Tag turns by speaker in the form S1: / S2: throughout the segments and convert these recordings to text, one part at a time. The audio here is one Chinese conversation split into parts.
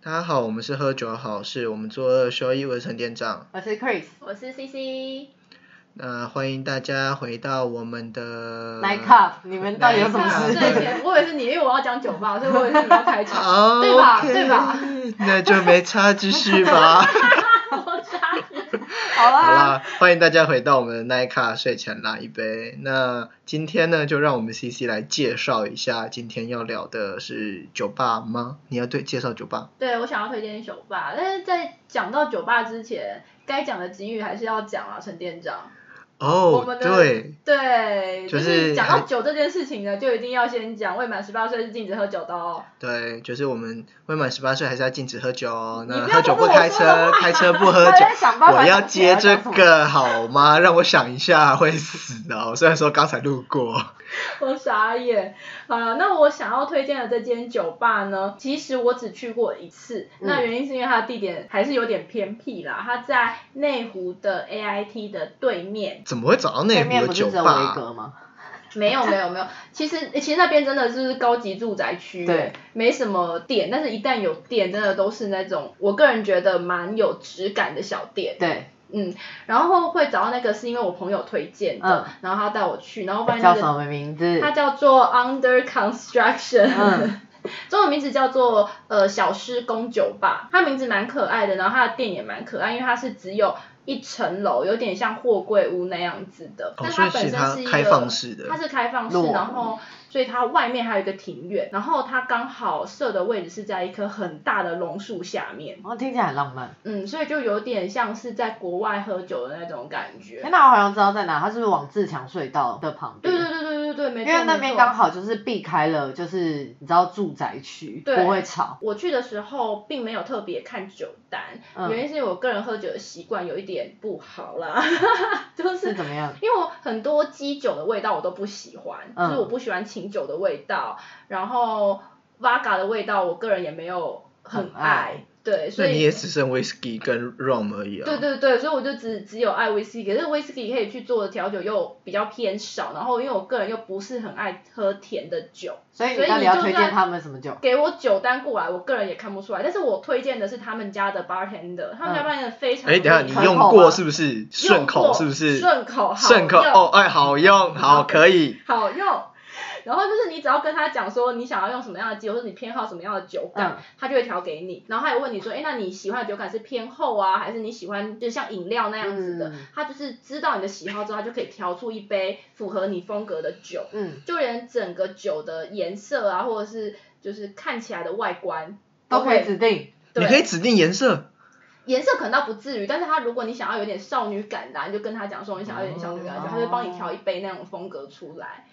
S1: 大家好，我们是喝酒好事，我们做二休一，我是陈店长。
S2: 我是 Chris，
S3: 我是 CC，
S1: 那欢迎大家回到我们的
S2: Night Cup，你们到底有什么
S1: 是
S2: 事？
S3: 啊对，前我以为是你，因为我要讲酒吧，所以我以为是你要开场。
S1: 哦，
S3: 对吧
S1: OK，
S3: 对吧
S1: 那就没差继续 吧。啊
S3: 我傻眼
S1: 好
S2: 好啦，
S1: 啦，欢迎大家回到我们的 Night Cup 睡前拉一杯。那今天呢，就让我们 CC 来介绍一下，今天要聊的是酒吧吗？你要对介绍酒吧。
S3: 对，我想要推荐酒吧，但是在讲到酒吧之前，该讲的警语还是要讲啊，陈店长。我
S1: 哦
S3: 们，的
S1: 对，
S3: 对，
S1: 就
S3: 就是是讲到酒这件事情呢，就一定要先讲未满十八岁是禁止喝酒的哦。
S1: 对，就是我们未满十八岁还是要禁止喝酒哦。
S3: 你
S1: 那
S3: 不
S1: 喝
S3: 要
S1: 酒
S3: 不
S1: 不
S3: 是我
S1: 开
S3: 说的
S1: 车，开车不喝
S2: 我
S1: 酒
S2: 在。想办法。
S1: 我要接这。个好吗？让我想一下，会死哦。虽然说刚才路过，
S3: 我傻眼。好了，那我想要推荐的这间酒吧呢，其实我只去过一次，
S2: 嗯
S3: 那原因是因为它的地点还是有点偏僻啦，它在内湖的 AIT 的对面。
S1: 怎么会找到内
S2: 对
S1: 湖
S2: 面
S1: 的
S2: 不
S1: 酒
S2: 是只有维
S1: 吧？
S2: 格吗？
S3: 没有没有没有，其实其实那边真的就是高级住宅区，
S2: 对，
S3: 没什么店，但是一旦有店，真的都是那种我个人觉得蛮有质感的小店。
S2: 对，
S3: 嗯，然后会找到那个是因为我朋友推荐的，
S2: 嗯
S3: 然后他带我去，然后发现那
S2: 叫
S3: 个
S2: 什么名字？
S3: 它叫做 Under Construction，、
S2: 嗯
S3: 中文名字叫做呃小施工酒吧。它名字蛮可爱的，然后它的店也蛮可爱，因为它是只有一层楼，有点像货柜屋那样子的。
S1: 哦
S3: 但
S1: 所以
S3: 它本
S1: 是
S3: 身
S1: 它
S3: 是一个
S1: 开放式的嗯
S3: 它是开放式
S2: 落，
S3: 然后所以它外面还有一个庭院，然后它刚好设的位置是在一棵很大的榕树下面，
S2: 哦，听起来很浪漫。
S3: 嗯，所以就有点像是在国外喝酒的那种感觉
S2: 天。哪，我好像知道在哪，它是不是往自强隧道的旁
S3: 对
S2: 边？
S3: 对对对对嗯对，没错
S2: 因为那
S3: 没
S2: 边
S3: 错
S2: 刚好就是避开了，就是你知道住宅区，
S3: 对
S2: 不会吵。
S3: 我去的时候并没有特别看酒单，
S2: 嗯
S3: 原因是我个人喝酒的习惯有一点不好啦， 就是
S2: 是怎么样？
S3: 因为我很多基酒的味道我都不喜欢，
S2: 嗯
S3: 就是我不喜欢清酒的味道，然后 Vaga 的味道我个人也没有很
S2: 很
S3: 爱
S2: 爱，
S3: 对，所
S1: 那你也
S3: 以。
S1: 只剩 whisky 跟 rum 而已啊。
S3: 对对对，所以我就只只有爱威士忌，可是威士忌可以去做的调酒又比较偏少，然后因为我个人又不是很爱喝甜的酒，
S2: 所以你
S3: 所以
S2: 到
S3: 你
S2: 底要
S3: 就
S2: 推
S3: 算
S2: 荐他们什么酒？
S3: 给我酒单过来，我个人也看不出来，但是我推荐的是他们家的 bartender，他
S2: 嗯
S3: 们家 bartender 非常
S1: 哎，等一下
S3: 厉
S1: 你
S3: 害
S2: 顺
S1: 用
S2: 口
S1: 过
S2: 吗
S1: 是不是？
S3: 啊用
S1: 顺口
S3: 过
S1: 是不是？
S3: 顺口好
S1: 顺口
S3: 用
S1: 哦，哎，好用，好可以。
S3: 好用。然后就是你只要跟他讲说你想要用什么样的基酒，或者你偏好什么样的酒感，
S2: 嗯
S3: 他就会调给你。然后他也问你说，哎，那你喜欢的酒感是偏厚啊，还是你喜欢就像饮料那样子的？
S2: 嗯
S3: 他就是知道你的喜好之后，他就可以调出一杯符合你风格的酒。
S2: 嗯，
S3: 就连整个酒的颜色啊，或者是就是看起来的外观
S2: 都可以
S3: 会
S2: 指定。
S1: 你
S3: 对
S1: 可以指定颜色，
S3: 颜色可能倒不至于，但是他如果你想要有点少女感的啊、你就跟他讲说你想要有点少女感的酒，
S2: 哦
S3: 他会帮你调一杯那种风格出来，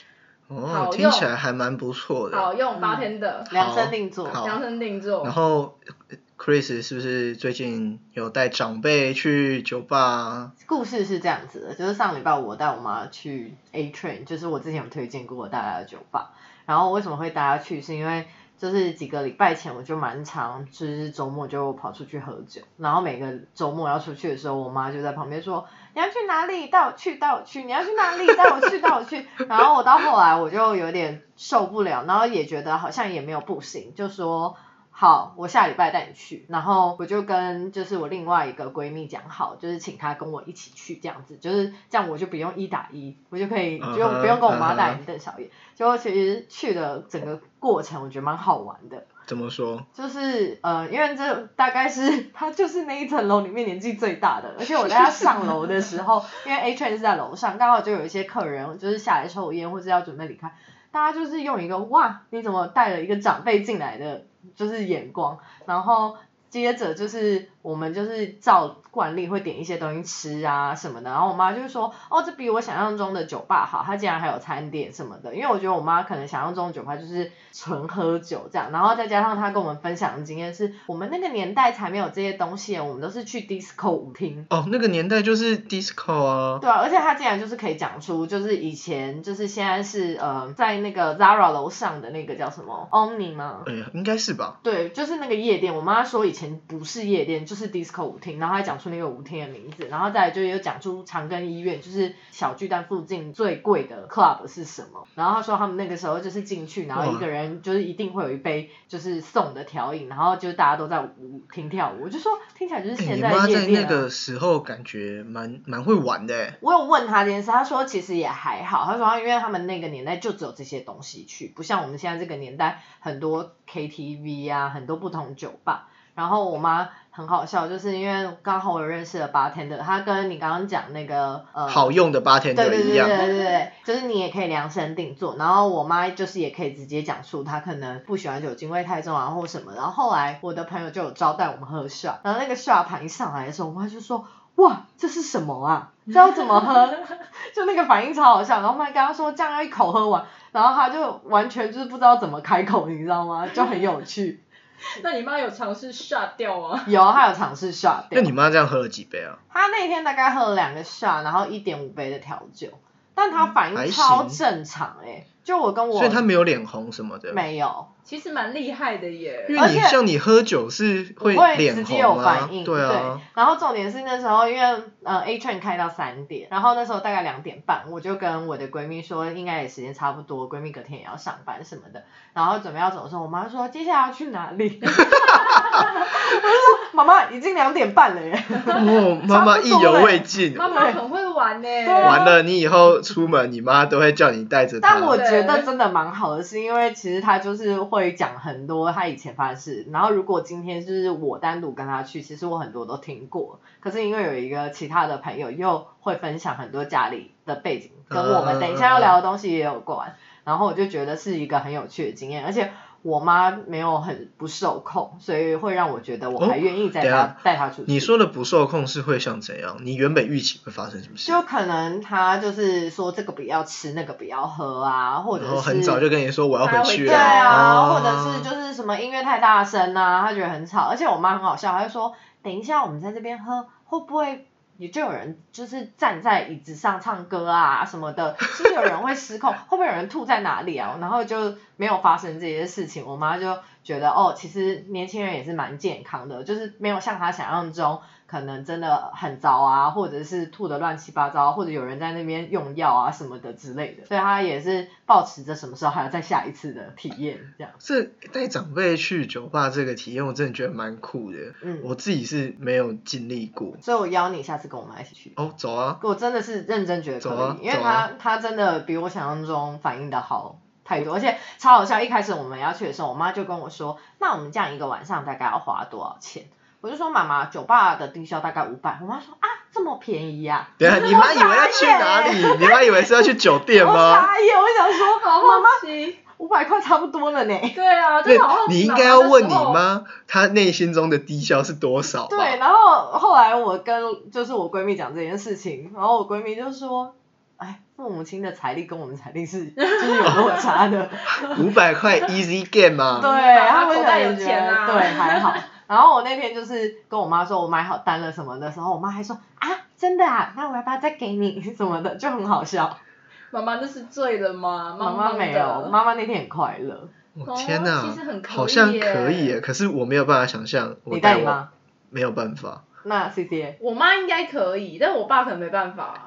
S1: 哦
S3: 好，
S1: 听
S3: 用
S1: 起来还蛮不错的。
S3: 好用八天的
S2: 量身定做。
S1: 嗯好
S3: 量身定做
S1: 然。后呃 Chris 是不是最近有带长辈去酒吧？
S2: 故事是这样子的，就是上礼拜我带我妈去 A Train，就是我之前有推荐过大家的酒吧。然后为什么会带她去，是因为就是几个礼拜前我就蛮常，就是周末就跑出去喝酒。然后每个周末要出去的时候，我妈就在旁边说：“你要去哪里？带我去，带我去！你要去哪里？带我去，带我去！” 然后我到后来我就有点受不了，然后也觉得好像也没有不行，就说。好，我下礼拜带你去。然后我就跟就是我另外一个闺蜜讲好，就是请她跟我一起去，这样子，就是这样我就不用一打一，我就可以
S1: 嗯哼
S2: 不用不用跟我妈
S1: 嗯
S2: 带
S1: 哼
S2: 你瞪小眼。结果其实去的整个过程，我觉得蛮好玩的。
S1: 怎么说？
S2: 就是呃，因为这大概是他就是那一层楼里面年纪最大的，而且我带他上楼的时候，因为 A train 是在楼上，刚好就有一些客人就是下来抽烟或是要准备离开，大家就是用一个哇，你怎么带了一个长辈进来的，就是眼光，然后。接着就是我们就是照惯例会点一些东西吃啊什么的，然后我妈就说，哦，这比我想象中的酒吧好，它竟然还有餐点什么的，因为我觉得我妈可能想象中的酒吧就是纯喝酒这样，然后再加上她跟我们分享的经验是，我们那个年代才没有这些东西，我们都是去 disco 舞厅，
S1: 哦，那个年代就是 disco 啊。
S2: 对啊，而且他竟然就是可以讲出，就是以前就是现在是呃，在那个 Zara 楼上的那个叫什么 Omni 吗？
S1: 哎，应该是吧。
S2: 对，就是那个夜店。我妈说以前不是夜店，就就是 disco 舞厅，然后还讲出那个舞厅的名字，然后再来就有讲出长庚医院就是小巨蛋附近最贵的 club 是什么，然后他说他们那个时候就是进去，然后一个人就是一定会有一杯就是送的调饮，然后就大家都在舞厅跳舞，我就说听起来就是
S1: 欸
S2: 现
S1: 你
S2: 在
S1: 妈
S2: 夜
S1: 在那
S2: 店、啊。
S1: 个时候感觉蛮蛮会玩的欸，
S2: 我有问他这件事，他说其实也还好，他说他因为他们那个年代就只有这些东西去，不像我们现在这个年代很多 KTV 啊，很多不同酒吧。然后我妈很好笑，就是因为刚好我认识了 bartender，他跟你刚刚讲那个呃
S1: 好用的八天就
S2: 对对
S1: 一
S2: 对对
S1: 样。
S2: 对对对，就是你也可以量身定做。然后我妈就是也可以直接讲述她可能不喜欢酒精味太重啊或什么。然后后来我的朋友就有招待我们喝 shot，然后那个 shot 盘一上来的时候，我妈就说：“哇，这是什么啊？这要怎么喝？” 就那个反应超好笑。然后我妈跟她说：“这样要一口喝完。”然后她就完全就是不知道怎么开口，你知道吗？就很有趣。
S3: 那你妈有尝试 shut 掉吗？
S2: 有，她有尝试 shot
S1: 那
S2: 掉。
S1: 你妈这样喝了几杯啊？
S2: 他那天大概喝了两个 shot，然后一点五杯的调酒，但他反
S1: 嗯还
S2: 应
S1: 行
S2: 超正常哎、就我跟我
S1: 所以她没有脸红什么的。
S2: 没有，
S3: 其实蛮厉害的耶
S1: 因。
S2: 而
S1: 为你
S2: 且
S1: 像你喝酒是会
S2: 我会直
S1: 脸
S2: 接有
S1: 红啊
S2: 反应，，
S1: 对啊，
S2: 然后重点是那时候因为呃 A train 开到三点，然后那时候大概两点半，我就跟我的闺蜜说，应该也时间差不多，闺蜜隔天也要上班什么的，然后准备要走的时候，我妈说接下来要去哪里？ 我就说妈妈已经两点半了耶，
S1: 我妈妈意犹未尽。
S3: 妈妈很会玩呢。
S2: 对啊
S1: 完了，你以后出门，你妈都会叫你带着她。
S2: 但我觉得真的蛮好的，是因为其实他就是会讲很多他以前发生的事，然后如果今天就是我单独跟他去，其实我很多都听过，可是因为有一个其他的朋友又会分享很多家里的背景，跟我们等一下要聊的东西也有关，然后我就觉得是一个很有趣的经验，而且。我妈没有很不受控，所以会让我觉得我还愿意带
S1: 哦等一
S2: 她、
S1: 下
S2: 带她出去。
S1: 你说的不受控是会像怎样？你原本预期会发生什么事？
S2: 就可能她就是说这个不要吃，那个不要喝啊，或者
S1: 然
S2: 是
S1: 后哦很早就跟你说我要回去
S3: 对
S1: 了。
S2: 对啊，
S1: 哦
S2: 或者是就是什么音乐太大声啊，他觉得很吵，而且我妈很好笑，她就说等一下我们在这边喝，会不会也就有人就是站在椅子上唱歌啊什么的，是不是有人会失控， 会不会有人吐在哪里啊？然后就没有发生这些事情，我妈就觉得哦，其实年轻人也是蛮健康的，就是没有像她想象中。可能真的很糟啊，或者是吐的乱七八糟，啊或者有人在那边用药啊什么的之类的，所以他也是保持着什么时候还要再下一次的体验这样。
S1: 这带长辈去酒吧这个体验，我真的觉得蛮酷的。
S2: 嗯，
S1: 我自己是没有经历过。
S2: 所以我邀你下次跟我妈一起去。
S1: 哦，走 啊！
S2: 我真的是认真觉得可以，
S1: 走啊
S2: 因为
S1: 走
S2: 他、
S1: 啊
S2: 他真的比我想象中反应的好太多，而且超好笑。一开始我们要去的时候，我妈就跟我说：“那我们这样一个晚上大概要花多少钱？”我就说：“妈妈，酒吧的低消大概五百。”我妈说：“啊，这么便宜啊呀、
S1: 等一下，你妈以为要去哪里？你妈以为是要去酒店
S2: 我
S1: 吗？
S2: 傻眼，我想说，
S3: 好
S2: 妈妈
S3: 好奇。
S2: 五百块差不多了呢。
S3: 对啊，
S1: 对
S3: 真的好好奇。
S1: 你应该要问你。妈，她内心中的低消是多少吧？
S2: 对，然后后来我跟就是我闺蜜讲这件事情，然后我闺蜜就说，哎，父母亲的财力跟我们财力是就是有落差的，
S1: 五百块 easy game 啊嘛、
S2: 对，
S3: 爸
S2: 他
S3: 爸
S2: 们
S3: 口
S2: 可
S3: 袋有
S2: 能觉
S3: 钱
S2: 得
S3: 啊
S2: 对还 好。然后我那天就是跟我妈说我买好单了什么的时候，我妈还说啊真的啊，那我要不要再给你 什么的，就很好笑。
S3: 妈妈这是醉了吗？
S2: 妈
S3: 妈
S2: 妈没有，妈妈那天很快乐。
S1: 我天哪、
S3: 哦其实很可以
S1: 好像
S3: 耶
S1: 可以耶，可是我没有办法想象。我
S2: 你带
S1: 我
S2: 你妈？
S1: 没有办法，
S2: 那 C C A
S3: 我妈应该可以，但我爸可能没办法。啊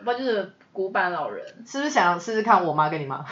S3: 我爸就是古板老人，
S2: 是不是想试试看我妈跟你妈？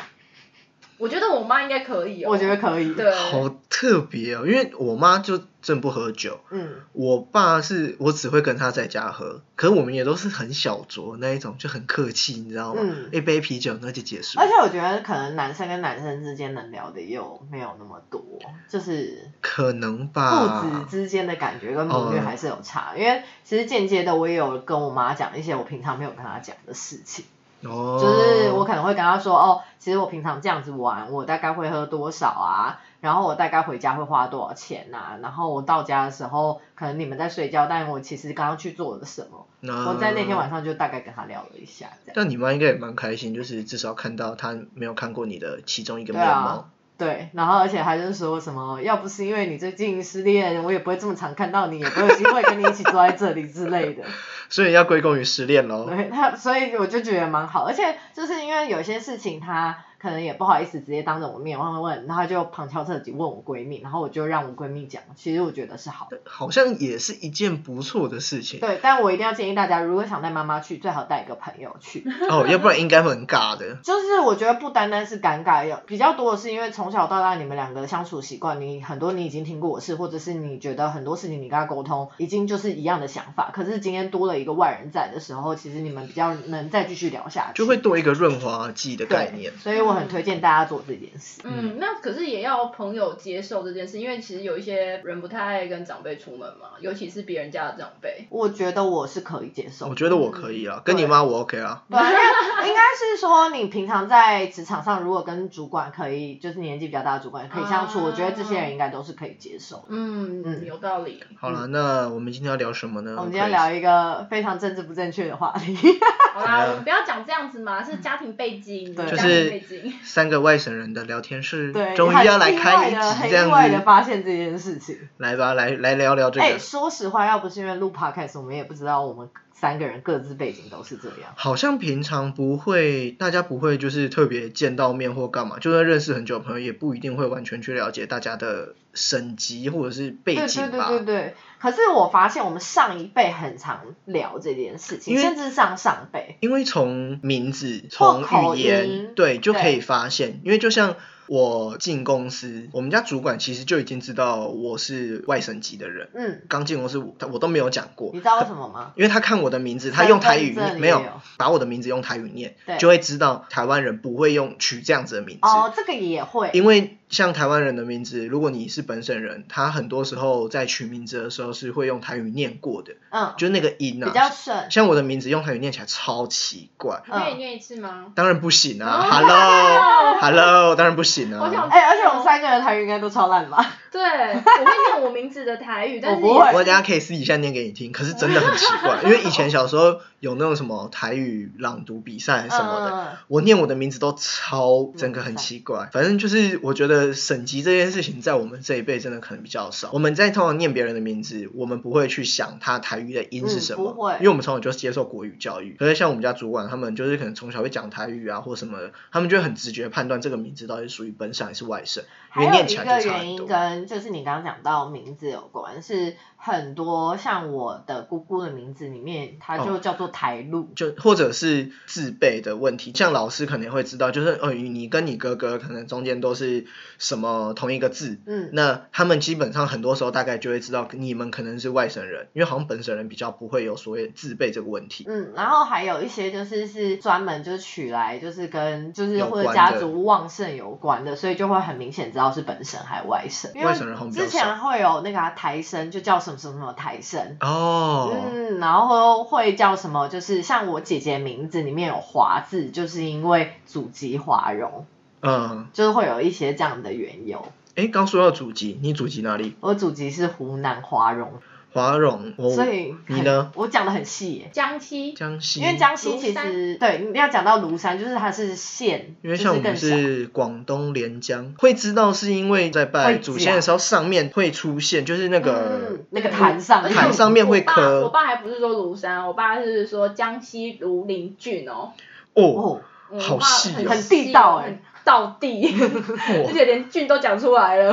S3: 我觉得我妈应该可以哦。
S2: 我觉得可以。，
S3: 对，
S1: 好特别哦。因为我妈就真不喝酒，
S2: 嗯。
S1: 我爸是我只会跟他在家喝，可是我们也都是很小酌那一种，就很客气，你知道吗？
S2: 嗯
S1: 一杯啤酒那就结束
S2: 而。且我觉得可能男生跟男生之间能聊的又没有那么多，就是
S1: 可能
S2: 父
S1: 吧。
S2: 子之间的感觉跟母女还是有差。因为其实间接的我也有跟我妈讲一些我平常没有跟她讲的事情，
S1: 哦，
S2: 就是我可能会跟她说哦，其实我平常这样子玩，我大概会喝多少啊，然后我大概回家会花多少钱呐、然后我到家的时候可能你们在睡觉，但我其实刚刚去做了什么，
S1: 那
S2: 我在那
S1: 嗯
S2: 天晚。上就大概跟她聊了一下这样。
S1: 但你妈应该也蛮开心，就是至少看到她没有看过你的其中一个
S2: 对
S1: 面貌
S2: 啊。，对，然后而且还就是说什么，要不是因为你最近失恋，我也不会这么常看到你，也不会有机会跟你一起坐在这里之类的。
S1: 所以要 归功于失恋喽。
S2: 对，他所以我就觉得蛮好，而且就是因为有些事情他可能也不好意思直接当着我面问问，然后就旁敲侧击问我闺蜜，然后我就让我闺蜜讲，其实我觉得是好的。
S1: 好像也是一件不错的事 情
S2: 对，但我一定要建议大家，如果想带妈妈去，最好带一个朋友 去。
S1: 哦，要不然应该会很尬的。
S2: 就是我觉得不单单是尴尬，有比较多的是因为从小到大你们两个的相处习惯，你很多你已经听过的事，或者是你觉得很多事情你跟他沟通已经就是一样的想法，可是今天多了一个外人在的时候，其实你们比较能再继续聊下去，
S1: 就会多一个润滑剂的概念。
S2: 所以我很推荐大家做这件事。
S3: 嗯，那可是也要朋友接受这件事，因为其实有一些人不太爱跟长辈出门嘛，尤其是别人家的长辈。
S2: 我觉得我是可以接受
S1: 我
S2: 的，
S1: 觉得我可以啊，跟你妈我 OK 啊。
S2: 嗯对啊，因为应该是说你平常在职场上，如果跟主管可以，就是年纪比较大的主管可以相处，我觉得这些人应该都是可以接受的。
S3: 嗯，
S2: 嗯
S3: 有道理。
S1: 好了，那我们今天要聊什么呢？
S2: 我们今天
S1: Grace
S2: 聊一个非常政治不正确的话题。
S1: 嗯怎
S3: 好
S1: 么
S3: 啦，
S1: 样
S3: 我们不要讲这样子嘛，是家庭背景，
S2: 对
S3: 家
S1: 就
S3: 庭背
S1: 是
S3: 景。
S1: 三个外省人的聊天室，
S2: 对，
S1: 终于要来开一集
S2: 很
S1: 这
S2: 意外的
S1: 样子，
S2: 发现这件事情。
S1: 来吧，来来聊聊这
S2: 哎、
S1: 个。
S2: 说实话，要不是因为录 podcast，我们也不知道我们三个人各自背景都是这样。
S1: 好像平常不会，大家不会就是特别见到面或干嘛，就算认识很久的朋友，也不一定会完全去了解大家的省级或者是背
S2: 对对
S1: 景
S2: 对
S1: 吧。
S2: 对对。可是我发现我们上一辈很常聊这件事情，
S1: 因为
S2: 甚至上上辈。
S1: 因为从名字、
S2: 或
S1: 从
S2: 口
S1: 语
S2: 音
S1: 言，对，就可以
S2: 对
S1: 发现。因为就像我进公司，我们家主管其实就已经知道我是外省籍的人。
S2: 嗯，
S1: 刚进公司，我我都没有讲过
S2: 你，知道为什么吗？
S1: 因为他看我的名字，他用台语
S2: 身份证
S1: 念，
S2: 也
S1: 没有
S2: 有
S1: 把我的名字用台语念，
S2: 对
S1: 就会知道台湾人不会用取这样子的名字。
S2: 哦，这个也会。
S1: 因为像台湾人的名字，如果你是本省人，他很多时候在取名字的时候是会用台语念过的，
S2: 嗯，
S1: 就那个音
S2: 比较
S1: 啊。
S2: 顺。
S1: 像我的名字用台语念起来超奇怪，
S3: 可以
S2: 嗯
S3: 念一次吗？
S1: 当然不行啊
S3: 哦
S1: ！Hello，Hello，当然不行
S3: 我想
S1: 啊！
S2: 哎、而且我们三个人台语应该都超烂吧？
S3: 对，我会念我名字的台语，但是
S2: 我不会
S1: 我等下可以私底下念给你听，可是真的很奇怪，因为以前小时候有那种什么台语朗读比赛什么的，
S2: 嗯
S1: 我念我的名字都超，整个很奇怪。反正就是我觉得省级这件事情，在我们这一辈真的可能比较少。我们在通常念别人的名字，我们不会去想他台语的音是什么，
S2: 嗯不会
S1: 因为我们从小就接受国语教育。可是像我们家主管他们，就是可能从小会讲台语啊，或什么的，他们就会很直觉判断这个名字到底属于本省还是外省，因为
S2: 还有
S1: 念
S2: 一
S1: 起
S2: 个
S1: 来就差
S2: 原
S1: 很
S2: 因
S1: 多。
S2: 跟就是你刚刚讲到名字有关，是很多像我的姑姑的名字里面，它
S1: 哦
S2: 就叫做台路。
S1: 就或者是自备的问题，像老师可能会知道，就是呃，你跟你哥哥可能中间都是什么同一个字，
S2: 嗯，
S1: 那他们基本上很多时候大概就会知道你们可能是外省人，因为好像本省人比较不会有所谓自备这个问题。
S2: 嗯，然后还有一些就是是专门就是取来就是跟就是
S1: 有
S2: 或
S1: 关的
S2: 者家族旺盛有关的，所以就会很明显知道是本省还外省。因
S1: 外省人好像
S2: 为
S1: 比较
S2: 之前会有那个啊、台生，就叫什么什么什么台生。
S1: 哦，
S2: 嗯，然后会叫什么？就是像我姐姐名字里面有华字，就是因为祖籍华容，
S1: 嗯，
S2: 就是会有一些这样的缘由。
S1: 诶，刚说到祖籍，你祖籍哪里？
S2: 我祖籍是湖南华容，
S1: 华容，我
S2: 所以
S1: 哦你呢？
S2: 我讲的很细耶，
S3: 江西，
S1: 江西，
S2: 因为江西
S3: 庐
S2: 其
S3: 山
S2: 实对你要讲到庐山，就是它是县，
S1: 因为像我们
S2: 就是更小。
S1: 是广东连江，会知道是因为在拜
S2: 会
S1: 祖先的时候，上面会出现，就是那个
S2: 嗯那个坛上
S3: 而且
S1: 坛
S3: 我
S1: 上面会
S3: 我爸
S1: 刻
S3: 我爸还不是说庐山，哦我爸是说江西庐陵郡哦。
S1: 哦，
S2: 哦，
S3: 嗯
S1: 好
S3: 我爸
S1: 细哦
S3: 很
S2: 很地道哎
S3: 很道地， 而且连郡都讲出来了。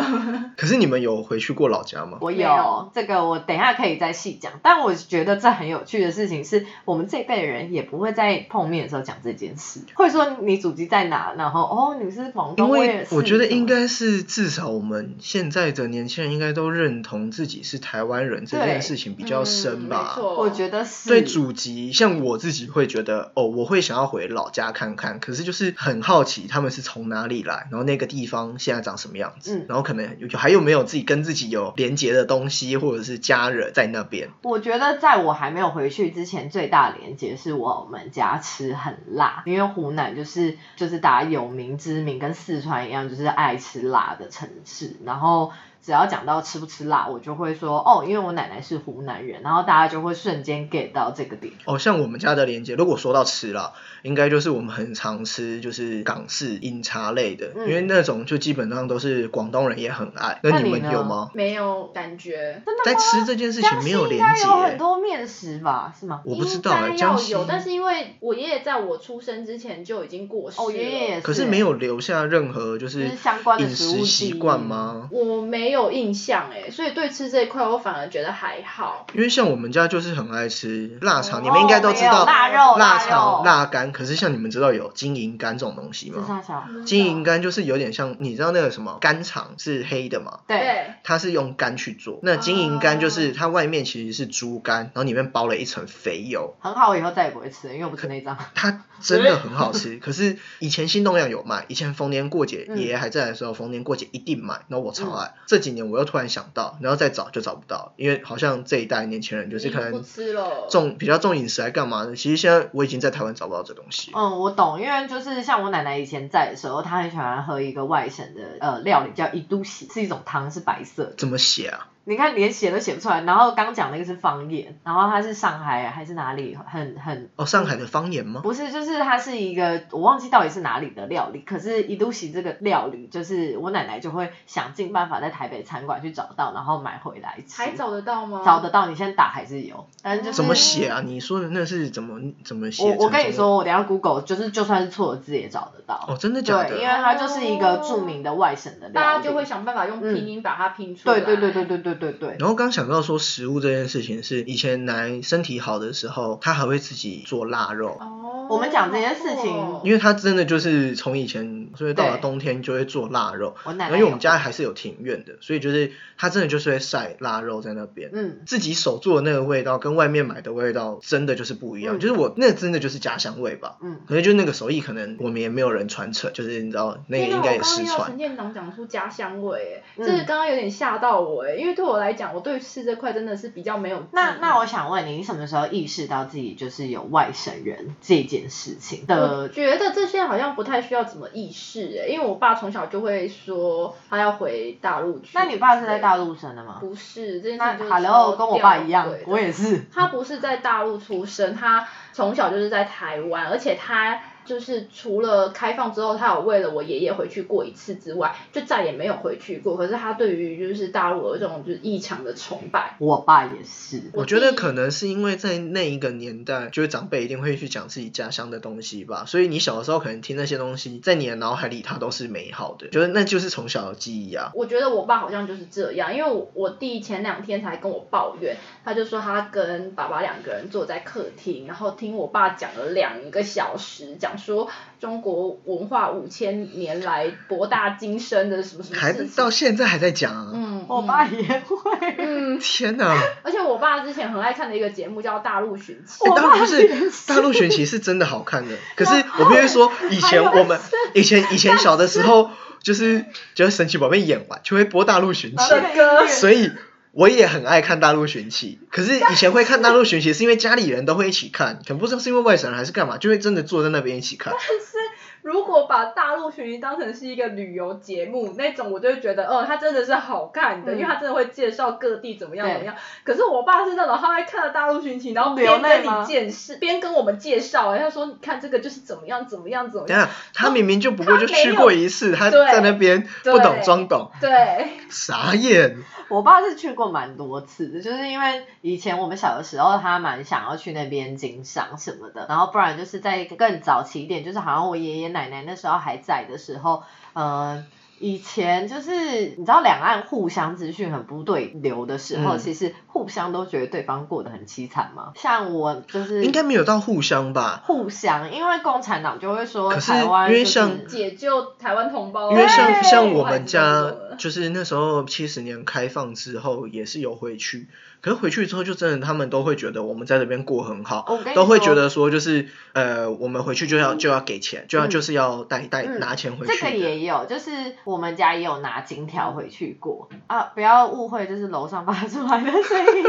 S1: 可是你们有回去过老家吗？
S2: 我
S3: 没有
S2: 有这个，我等一下可以再细讲。但我觉得这很有趣的事情是，我们这一辈的人也不会在碰面的时候讲这件事，会说你祖籍在哪，然后哦你是广
S1: 因
S2: 东，
S1: 为
S2: 也是嗯
S1: 我觉得应
S2: 什么
S1: 该是至少我们现在的年轻人应该都认同自己是台湾人这件
S2: 对
S1: 事情比较深吧。
S3: 嗯没错，
S2: 我觉得是
S1: 对祖籍，像我自己会觉得，哦，我会想要回老家看看，可是就是很好奇他们是从哪里来，然后那个地方现在长什么样子，
S2: 嗯
S1: 然后可能有还有没有自己跟自己有连结的东西，或者是家人在那边。
S2: 我觉得在我还没有回去之前，最大的连接是我们家吃很辣，因为湖南就是就是大家有名知名，跟四川一样，就是爱吃辣的城市。然后只要讲到吃不吃辣，我就会说哦，因为我奶奶是湖南人，然后大家就会瞬间 get 到这个点。
S1: 哦，像我们家的连接，如果说到吃啦，应该就是我们很常吃就是港式饮茶类的，
S2: 嗯
S1: 因为那种就基本上都是广东人也很爱。
S2: 那
S1: 那
S2: 你
S1: 你们
S2: 呢
S1: 有吗？
S3: 没有感觉。
S1: 在吃这件事情没有连
S2: 江西
S1: 接、
S2: 应该有很多面食吧？是吗？
S1: 我不知道哎、
S3: 应该
S1: 江
S3: 要
S1: 西，
S3: 有，但是因为我爷爷在我出生之前就已经过世了。
S2: 哦，爷爷也
S1: 可
S2: 是
S1: 是没有留下任何就
S2: 就是是相关的
S1: 饮
S2: 食物
S1: 食习
S2: 记忆
S1: 惯吗？
S3: 我没有印象哎，所以对吃这一块我反而觉得还好。
S1: 因为像我们家就是很爱吃腊肠，啊你
S2: 哦
S1: 们应该都知
S2: 没有
S1: 道
S2: 腊肉、
S1: 腊
S2: 肉
S1: 肠、腊肝。可是像你们知道有金银肝这种东西
S2: 是
S1: 吗？
S2: 啥小？
S1: 金银肝就是有点像，你知道那个什么肝肠是黑的吗？
S2: 对，
S3: 对，
S1: 它是用肝去做。那金银肝
S2: 哦
S1: 就是它外面其实是猪肝，然后里面包了一层肥油，
S2: 很好，我以后再也不会吃了，因为我不吃内脏。
S1: 它真的很好 吃。可是以前新东阳有卖，以前逢年过节
S2: 嗯
S1: 爷爷还在的时候，逢年过节一定买，然后我超爱。这几年我又突然想到，然后再找就找不到，因为好像这一代年轻人就是可
S3: 不
S1: 能
S3: 吃了。
S1: 重比较重饮食来干嘛呢？其实现在我已经在台湾找不到这东西。
S2: 嗯，我懂，因为就是像我奶奶以前在的时候，她很喜欢喝一个外省的呃料理，叫伊都喜，是一种汤，是白色的。
S1: 怎么写啊？
S2: 你看连写都写不出来，然后刚讲那个是方言，然后它是上海还是哪里，很很
S1: 哦，上海的方言吗？
S2: 不是，就是它是一个我忘记到底是哪里的料理，可是伊都喜这个料理，就是我奶奶就会想尽办法在台北餐馆去找到，然后买回来吃。
S3: 还找得到吗？
S2: 找得到，你先打还是有，但是就是
S1: 怎么写啊？你说的那是怎么怎么写？
S2: 我我跟你，说，我等一下 Google 就是就算是错字也找得到。
S1: 哦，真的假的？
S2: 对，因为它就是一个著名的外省的料理，
S3: 大家就会想办法用拼音把它拼出来。
S2: 嗯对对对对对对对对。
S1: 然后刚想到说食物这件事情是以前奶身体好的时候，她还会自己做腊肉，
S3: 哦，
S2: 我们讲这件事情
S3: 好酷哦
S1: 因为她真的就是从以前，所以到了
S2: 对
S1: 冬天就会做腊肉。
S2: 我奶
S1: 然后
S2: 奶
S1: 因为我们
S2: 有
S1: 家还是有庭院的，所以就是她真的就是会晒腊肉在那边。
S2: 嗯，
S1: 自己手做的那个味道跟外面买的味道真的就是不一样，
S2: 嗯
S1: 就是我那真的就是家乡味吧。
S2: 嗯，
S1: 可是就那个手艺，可能我们也没有人传承，就是你知道那个
S3: 天哪
S1: 应该也失
S3: 我刚刚听到
S1: 传
S3: 陈。店长讲出家乡味，哎、
S2: 嗯
S3: 这个刚刚有点吓到我，哎，因为对我来讲，我对吃这块真的是比较没有记忆。
S2: 那那我想问你，你什么时候意识到自己就是有外省人这件事情
S3: 我
S2: 的？
S3: 觉得这些好像不太需要怎么意识，哎，因为我爸从小就会说他要回大陆去。
S2: 那你爸是在大？陆生的吗？
S3: 不是，这件
S2: 那
S3: 事情就是
S2: Hello，
S3: 超
S2: 跟我爸一样
S3: 吊诡的，
S2: 我也是。
S3: 他不是在大陆出生，他从小就是在台湾，而且他就是除了开放之后，他有为了我爷爷回去过一次之外，就再也没有回去过。可是他对于就是大陆有一种就是异常的崇拜。
S2: 我爸也
S3: 嗯
S2: 是，
S1: 我觉得可能是因为在那一个年代，就是长辈一定会去讲自己家乡的东西吧，所以你小的时候可能听那些东西，在你的脑海里它都是美好的，就是那就是从小的记忆啊。
S3: 我觉得我爸好像就是这样，因为我我弟前两天才跟我抱怨，他就说他跟爸爸两个人坐在客厅，然后听我爸讲了两个小时，讲说中国文化五千年来博大精深的什么什么
S1: 还
S3: 事情
S1: 到。现在还在讲啊！
S3: 嗯，
S2: 我
S3: 嗯
S2: 爸也会，
S3: 嗯，
S1: 天哪，欸
S3: 而且我爸之前很爱看的一个节目叫《大陆寻奇》，
S2: 我
S1: 大
S2: 爸
S1: 陆
S2: 也
S1: 是
S2: 是
S1: 大陆选棋是真的好看的，可是我必须说，以前我们以前以前小的时候，就是就是神奇宝贝演完就会播大陆选
S2: 然
S1: 棋
S2: 后，那个音乐
S1: 所以我也很爱看大陆寻奇，可是以前会看大陆寻奇，是因为家里人都会一起看，可能不知道是因为外省人还是干嘛，就会真的坐在那边一起 看。
S3: 如果把《大陆寻奇》当成是一个旅游节目那种，我就会觉得，哦，它真的是好看的，
S2: 嗯
S3: 因为它真的会介绍各地怎么样怎么样。可是我爸是那种他会看了《大陆寻奇》，然后边
S2: 流泪
S3: 跟
S2: 吗
S3: 你见识，边跟我们介绍，哎他说你看这个就是怎么样怎么样怎么
S1: 等一
S3: 样。
S1: 下，他明明就不过就
S3: 他没有
S1: 去过一次，他
S3: 对
S1: 在那边
S3: 对
S1: 不懂装懂，
S3: 对，
S1: 傻眼。
S2: 我爸是去过蛮多次的，就是因为以前我们小的时候，他蛮想要去那边经商什么的，然后不然就是在更早期一点，就是好像我爷爷奶奶那时候还在的时候，呃。以前就是你知道两岸互相资讯很不对流的时候，
S1: 嗯
S2: 其实互相都觉得对方过得很凄惨嘛。像我就是
S1: 应该没有到互相吧？
S2: 互相，因为共产党就会说
S1: 可是
S2: 台湾、
S1: 因为
S2: 就是
S1: 像
S3: 解救台湾同胞。哎
S1: 因为像
S2: 对
S1: 像我们
S3: 我还
S1: 家
S3: 记得，
S1: 就是那时候七十年开放之后也是有回去，可是回去之后就真的他们都会觉得我们在这边过很好，
S2: 我跟你
S1: 都会觉
S2: 说
S1: 得说就是呃我们回去就要就要给钱，就要
S2: 嗯
S1: 就是要带带
S2: 嗯
S1: 拿钱回去
S2: 这个
S1: 的。
S2: 也有，就是我们家也有拿金条回去过啊！不要误会，这是楼上发出来的声音。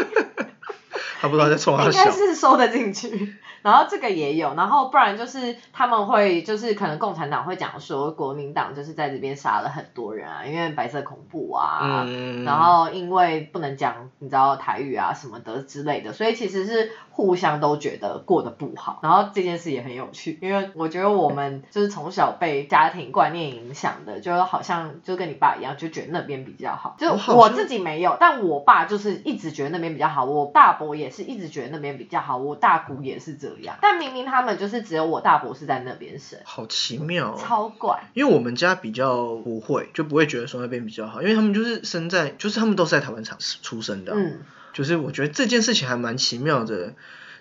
S1: 他不知道在冲他
S2: 应该
S1: 笑。
S2: 是收得进去。然后这个也有，然后不然就是他们会就是可能共产党会讲说国民党就是在这边杀了很多人啊，因为白色恐怖啊，
S1: 嗯，
S2: 然后因为不能讲你知道台语啊什么的之类的，所以其实是互相都觉得过得不好。然后这件事也很有趣，因为我觉得我们就是从小被家庭观念影响的，就好像就跟你爸一样，就觉得那边比较好。就
S1: 我哦好像
S2: 我自己没有，但我爸就是一直觉得那边比较好，我大伯也是一直觉得那边比较好，我大姑也是这样。但明明他们就是只有我大伯是在那边生，
S1: 好奇妙、哦。
S2: 超怪。
S1: 因为我们家比较不会，就不会觉得说那边比较好，因为他们就是生在，就是他们都是在台湾厂出生的啊、
S2: 嗯，
S1: 就是我觉得这件事情还蛮奇妙的，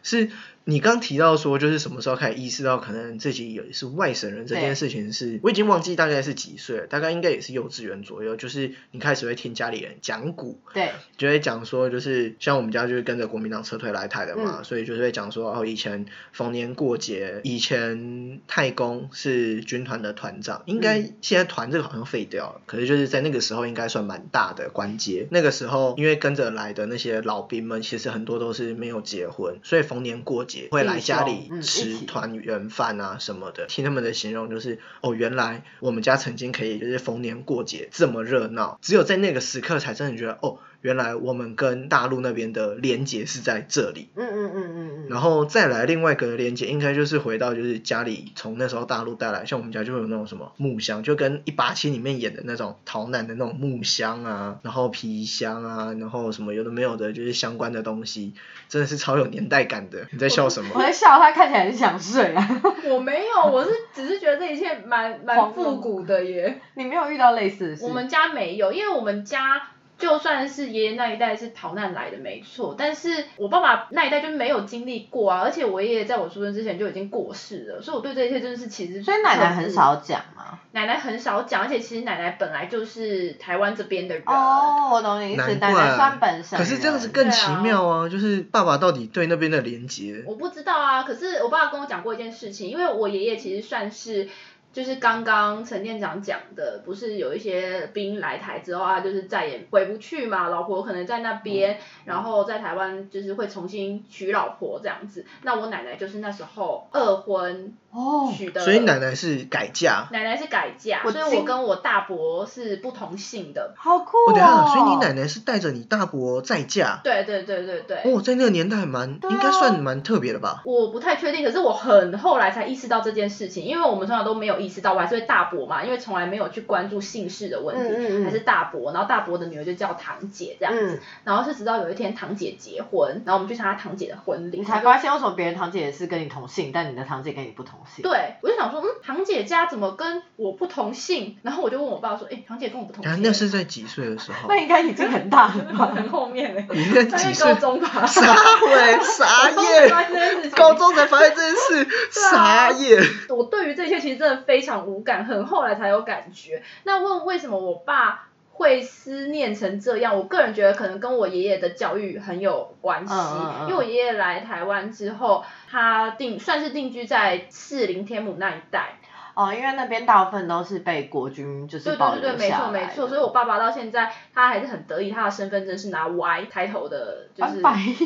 S1: 是你刚提到说，就是什么时候开始意识到可能自己也是外省人这件事情是，我已经忘记大概是几岁了，大概应该也是幼稚园左右，就是你开始会听家里人讲古，
S2: 对，
S1: 就会讲说，就是像我们家就是跟着国民党撤退来台的嘛，所以就是会讲说，哦，以前逢年过节，以前太公是军团的团长，应该现在团这个好像废掉了，可是就是在那个时候应该算蛮大的官阶。那个时候因为跟着来的那些老兵们，其实很多都是没有结婚，所以逢年过节会来家里
S2: 弟兄嗯一
S1: 吃
S2: 起
S1: 团圆饭啊什么的。听他们的形容就是，哦，原来我们家曾经可以就是逢年过节这么热闹，只有在那个时刻才真的觉得，哦，原来我们跟大陆那边的连结是在这里。
S2: 嗯嗯嗯嗯嗯，
S1: 然后再来另外一个连接，应该就是回到就是家里从那时候大陆带来，像我们家就会有那种什么木箱，就跟一八七里面演的那种逃难的那种木箱啊，然后皮箱啊，然后什么有的没有的，就是相关的东西，真的是超有年代感的。你在笑什
S2: 我
S1: 么？
S2: 在笑他看起来很想睡啊。
S3: 我没有，我是只是觉得这一切蛮蛮
S2: 荒谬
S3: 复古的耶。
S2: 你没有遇到类似的事？
S3: 我们家没有，因为我们家就算是爷爷那一代是逃难来的，没错，但是我爸爸那一代就没有经历过啊，而且我爷爷在我出生之前就已经过世了，所以我对这一切真的是其实
S2: 所以奶奶很，少讲嘛。
S3: 奶奶很少讲，而且其实奶奶本来就是台湾这边的人，
S2: 哦，我懂你意思，
S1: 难
S2: 奶奶
S1: 怪
S2: 算本省
S1: 可
S2: 人。
S1: 是这样子更奇妙啊！就是爸爸到底对那边的连接，
S3: 我不知道啊，可是我爸爸跟我讲过一件事情，因为我爷爷其实算是。就是刚刚陈店长讲的，不是有一些兵来台之后啊，就是再也回不去嘛，老婆可能在那边，
S1: 嗯
S3: 然后在台湾就是会重新娶老婆这样子。那我奶奶就是那时候二婚
S2: 哦，
S3: 娶的，
S1: 所以奶奶是改嫁。
S3: 奶奶是改嫁，
S2: 我
S3: 所以
S2: 惊
S3: 我跟我大伯是不同姓的。
S2: 好酷
S1: 哦，
S2: 哦。
S3: 啊
S1: 等一下，所以你奶奶是带着你大伯再嫁。
S3: 对对对对对。
S1: 哦，在那个年代蛮、
S2: 对啊
S1: 应该算蛮特别的吧？
S3: 我不太确定，可是我很后来才意识到这件事情，因为我们从小都没有意识到，我还是会大伯嘛，因为从来没有去关注姓氏的问题，
S2: 嗯嗯嗯
S3: 还是大伯，然后大伯的女儿就叫堂姐这样子，
S2: 嗯，
S3: 然后是直到有一天堂姐结婚，然后我们去参加堂姐的婚礼，
S2: 你才发现为什么别人堂姐也是跟你同姓，但你的堂姐跟你不同姓。
S3: 对，我就想说，嗯，堂姐家怎么跟我不同姓？然后我就问我爸说，哎、堂姐跟我不同
S1: 啊，
S3: 姓，
S1: 那 是在几岁的时候
S2: 那？应该已经很大了吧？
S3: 很后面嘞、
S1: 你那
S3: 大概
S1: 几
S3: 高
S1: 岁？
S3: 中吧，
S1: 傻眼，傻眼，高中才发现这件事，
S3: 啊
S1: 傻眼。
S3: 我对于这些其实真的非常无感，很后来才有感觉。那问为什么我爸会思念成这样？我个人觉得可能跟我爷爷的教育很有关系，
S2: 嗯嗯嗯
S3: 因为我爷爷来台湾之后，他定算是定居在士林天母那一带。
S2: 哦，因为那边大部分都是被国军就是
S3: 对
S2: 保
S3: 对
S2: 留下
S3: 对对，没错
S2: 来的
S3: 没错。所以我爸爸到现在他还是很得意，他的身份证是拿 Y 开头的，就
S2: 翻
S3: 是
S2: 白眼。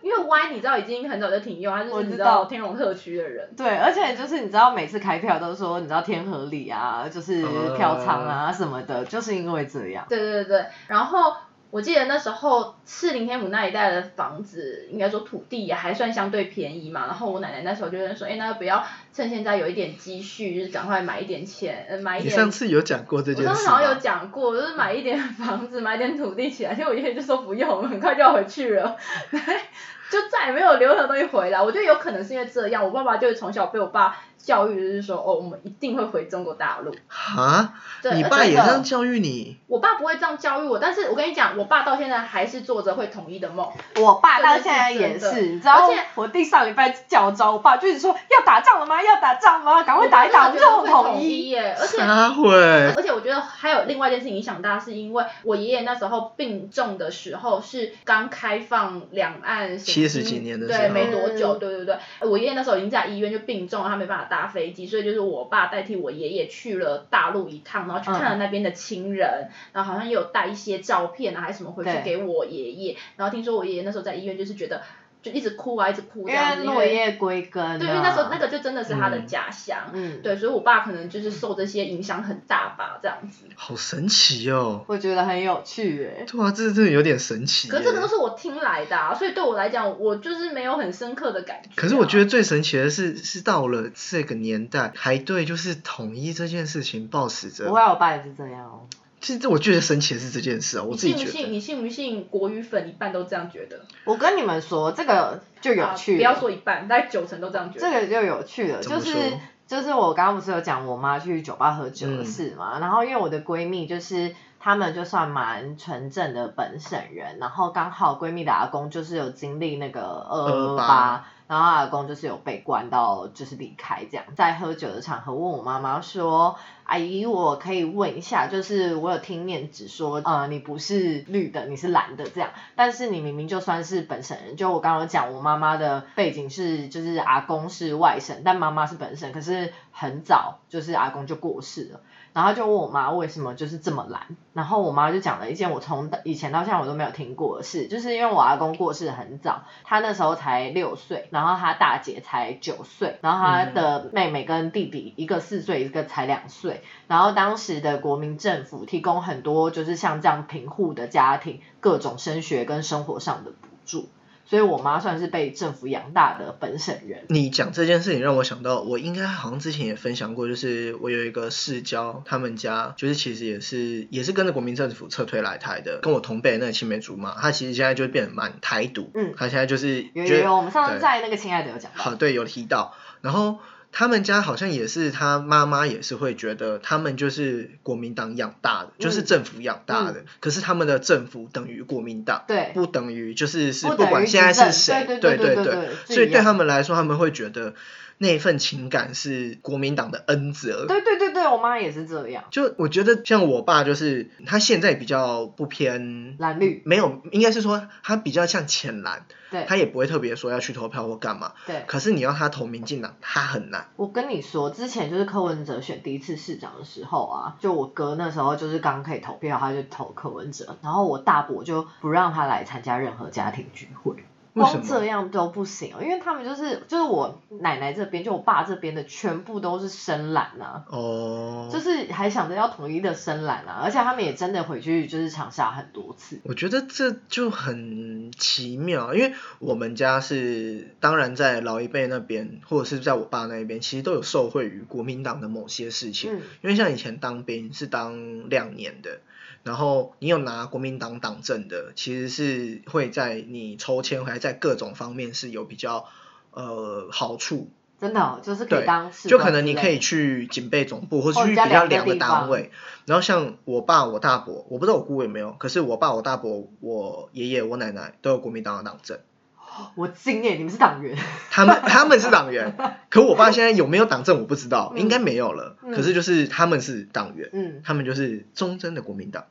S3: 因为 Y 你知道已经很早就停用，他就
S2: 啊我
S3: 是
S2: 知
S3: 你知道
S2: 道
S3: 天龙特区的人。
S2: 对，而且就是你知道，每次开票都说你知道天河里啊，就是
S1: 呃
S2: 票仓啊什么的，就是因为这样。
S3: 对对对，然后我记得那时候士林天母那一带的房子，应该说土地也还算相对便宜嘛。然后我奶奶那时候就在说，哎，那不要趁现在有一点积蓄，就是赶快买一点钱，呃，买一
S1: 你
S3: 点。
S1: 上次有讲过这
S3: 我
S1: 件
S3: 上
S1: 事
S3: 次好像有
S1: 吗？
S3: 讲过，就是买一点房子，买一点土地起来。结果我爷爷就说不用，很快就要回去了， 哎就再也没有留任何东西回来。我觉得有可能是因为这样，我爸爸就是从小被我爸教育，就是说哦，我们一定会回中国大陆。
S1: 哈，
S3: 对，呃
S1: 你
S3: 而
S1: 爸
S3: 且
S1: 也这样教育你？
S3: 我爸不会这样教育我，但是我跟你讲，我爸到现在还是做着会统一的梦。
S2: 我爸到现在也
S3: 这
S2: 是，
S3: 个是真的
S2: 你知道
S3: 而且，
S2: 我弟上礼拜叫招，我爸就是说要打仗了吗？要打仗吗？赶快打一打，我
S3: 我
S2: 们
S3: 真的
S2: 就
S3: 觉得会
S2: 统
S3: 统
S2: 一。
S3: 耶！而且
S1: 撒会，
S3: 而且我觉得还有另外一件事情影响大，是因为我爷爷那时候病重的时候是刚开放两岸什么
S1: 70几年的时候
S3: 对，没多久，
S2: 嗯
S3: 对对对。我爷爷那时候已经在医院就病重了，他没办法搭飞机，所以就是我爸代替我爷爷去了大陆一趟，然后去
S2: 嗯
S3: 看了那边的亲人，然后好像也有带一些照片啊还是什么回去
S2: 对
S3: 给我爷爷，然后听说我爷爷那时候在医院就是觉得。就一直哭啊，一直哭这
S2: 因
S3: 样
S2: 为
S3: 子。
S2: 落叶归根、啊。
S3: 对，因为那时候那个就真的是他的
S1: 嗯
S3: 家乡。
S2: 嗯，
S3: 对，所以我爸可能就是受这些影响很大吧，这样子。
S1: 好神奇哦！
S2: 我觉得很有趣哎、
S1: 对啊，这这有点神奇耶。
S3: 可是这个都是我听来的、啊，所以对我来讲，我就是没有很深刻的感觉、啊
S1: 可是我觉得，最神奇的是，是到了这个年代，还对就是统一这件事情抱持
S2: 不
S1: 着
S2: 会，。我爸也是这样哦。
S1: 其实我觉得神奇的是这件事啊，我
S3: 你
S1: 自己
S3: 信不
S1: 觉
S3: 信？
S1: 得。
S3: 你信不信？国语粉一半都这样觉得，
S2: 我跟你们说，这个就有趣
S3: 啊
S2: 了、
S3: 不要说一半，大概九成都这样觉得。
S2: 这个就有趣了，
S1: 怎
S2: 就
S1: 么
S2: 是
S1: 说
S2: 就是我刚刚不是有讲我妈去酒吧喝酒
S1: 嗯
S2: 的事嘛，然后因为我的闺蜜就是她们就算蛮纯正的本省人，然后刚好闺蜜的阿公就是有经历那个二二八
S1: 228。
S2: 然后她阿公就是有被关到，就是离开这样，在喝酒的场合问我妈妈说：“阿姨，我可以问一下，就是我有听念指说，呃，你不是绿的，你是蓝的这样，但是你明明就算是本省人，就我刚刚讲，我妈妈的背景是就是阿公是外省，但妈妈是本省，可是很早就是阿公就过世了，然后就问我妈为什么就是这么懒，然后我妈就讲了一件我从以前到现在我都没有听过的事，就是因为我阿公过世很早，他那时候才六岁，然后他大姐才九岁，然后他的妹妹跟弟弟一个四岁，一个才两岁，然后当时的国民政府提供很多就是像这样贫户的家庭各种升学跟生活上的补助，所以我妈算是被政府养大的本省人。
S1: 你讲这件事情让我想到，我应该好像之前也分享过，就是我有一个世交，他们家就是其实也是也是跟着国民政府撤退来台的，跟我同辈的那个青梅竹马，他其实现在就变得蛮台独，
S2: 嗯
S1: 他现在就是
S2: 有
S1: 觉
S2: 有
S1: 得
S2: 有，我们上次
S1: 对
S2: 在那个亲爱的有讲到，
S1: 好，对，有提到。然后他们家好像也是，他妈妈也是会觉得他们就是国民党养大的，就是
S2: 嗯
S1: 政府养大的。可是他们的政府等于国民党，
S2: 对，
S1: 不等于就是是
S2: 不
S1: 不
S2: 等于
S1: 管现在
S2: 执
S1: 是
S2: 政
S1: 谁，
S2: 对对
S1: 对
S2: 对对
S1: 对
S2: 对是
S1: 所以
S2: 一
S1: 对
S2: 样
S1: 他们来说，他们会觉得那份情感是国民党的恩泽。
S2: 对对对对，我妈也是这样，
S1: 就我觉得像我爸，就是他现在比较不偏
S2: 蓝绿，
S1: 没有，应该是说他比较像浅蓝，嗯
S2: 对
S1: 他也不会特别说要去投票或干嘛。
S2: 对。
S1: 可是你要他投民进党，他很难。
S2: 我跟你说，之前就是柯文哲选第一次市长的时候啊，就我哥那时候就是刚可以投票，他就投柯文哲，然后我大伯就不让他来参加任何家庭聚会，
S1: 为什
S2: 光
S1: 么
S2: 这样都不行哦，因为他们就是就是我奶奶这边，就我爸这边的全部都是深蓝啊，
S1: 哦，
S2: 就是还想着要统一的深蓝啊，而且他们也真的回去就是长沙很多次，
S1: 我觉得这就很奇妙，因为我们家是当然在老一辈那边，或者是在我爸那一边，其实都有受惠于国民党的某些事情。
S2: 嗯
S1: 因为像以前当兵是当两年的，然后你有拿国民党党证的，其实是会在你抽签还在各种方面是有比较呃好处，
S2: 真的哦、就是可以
S1: 对
S2: 当士
S1: 就
S2: 官
S1: 可能
S2: 之
S1: 你
S2: 类
S1: 可以
S2: 的哦
S1: 去警备总部，或
S2: 或
S1: 是去
S2: 者比
S1: 比
S2: 较
S1: 较
S2: 凉
S1: 凉
S2: 的
S1: 的
S2: 地
S1: 单
S2: 方
S1: 位。然后像我爸、我大伯，我不知道我姑有没有，可是我爸、我大伯、我爷爷、我奶奶都有国民党的党证，
S2: 哦我惊耶，你们是党 员，
S1: 他 们他们是党员，可我爸现在有没有党证我不知道，
S2: 嗯
S1: 应该没有了。
S2: 嗯
S1: 可是就是他们是党员，
S2: 嗯，
S1: 他们就是忠贞的国民党。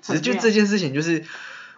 S1: 只
S2: 很
S1: 是就
S2: 妙
S1: 这件事情，就是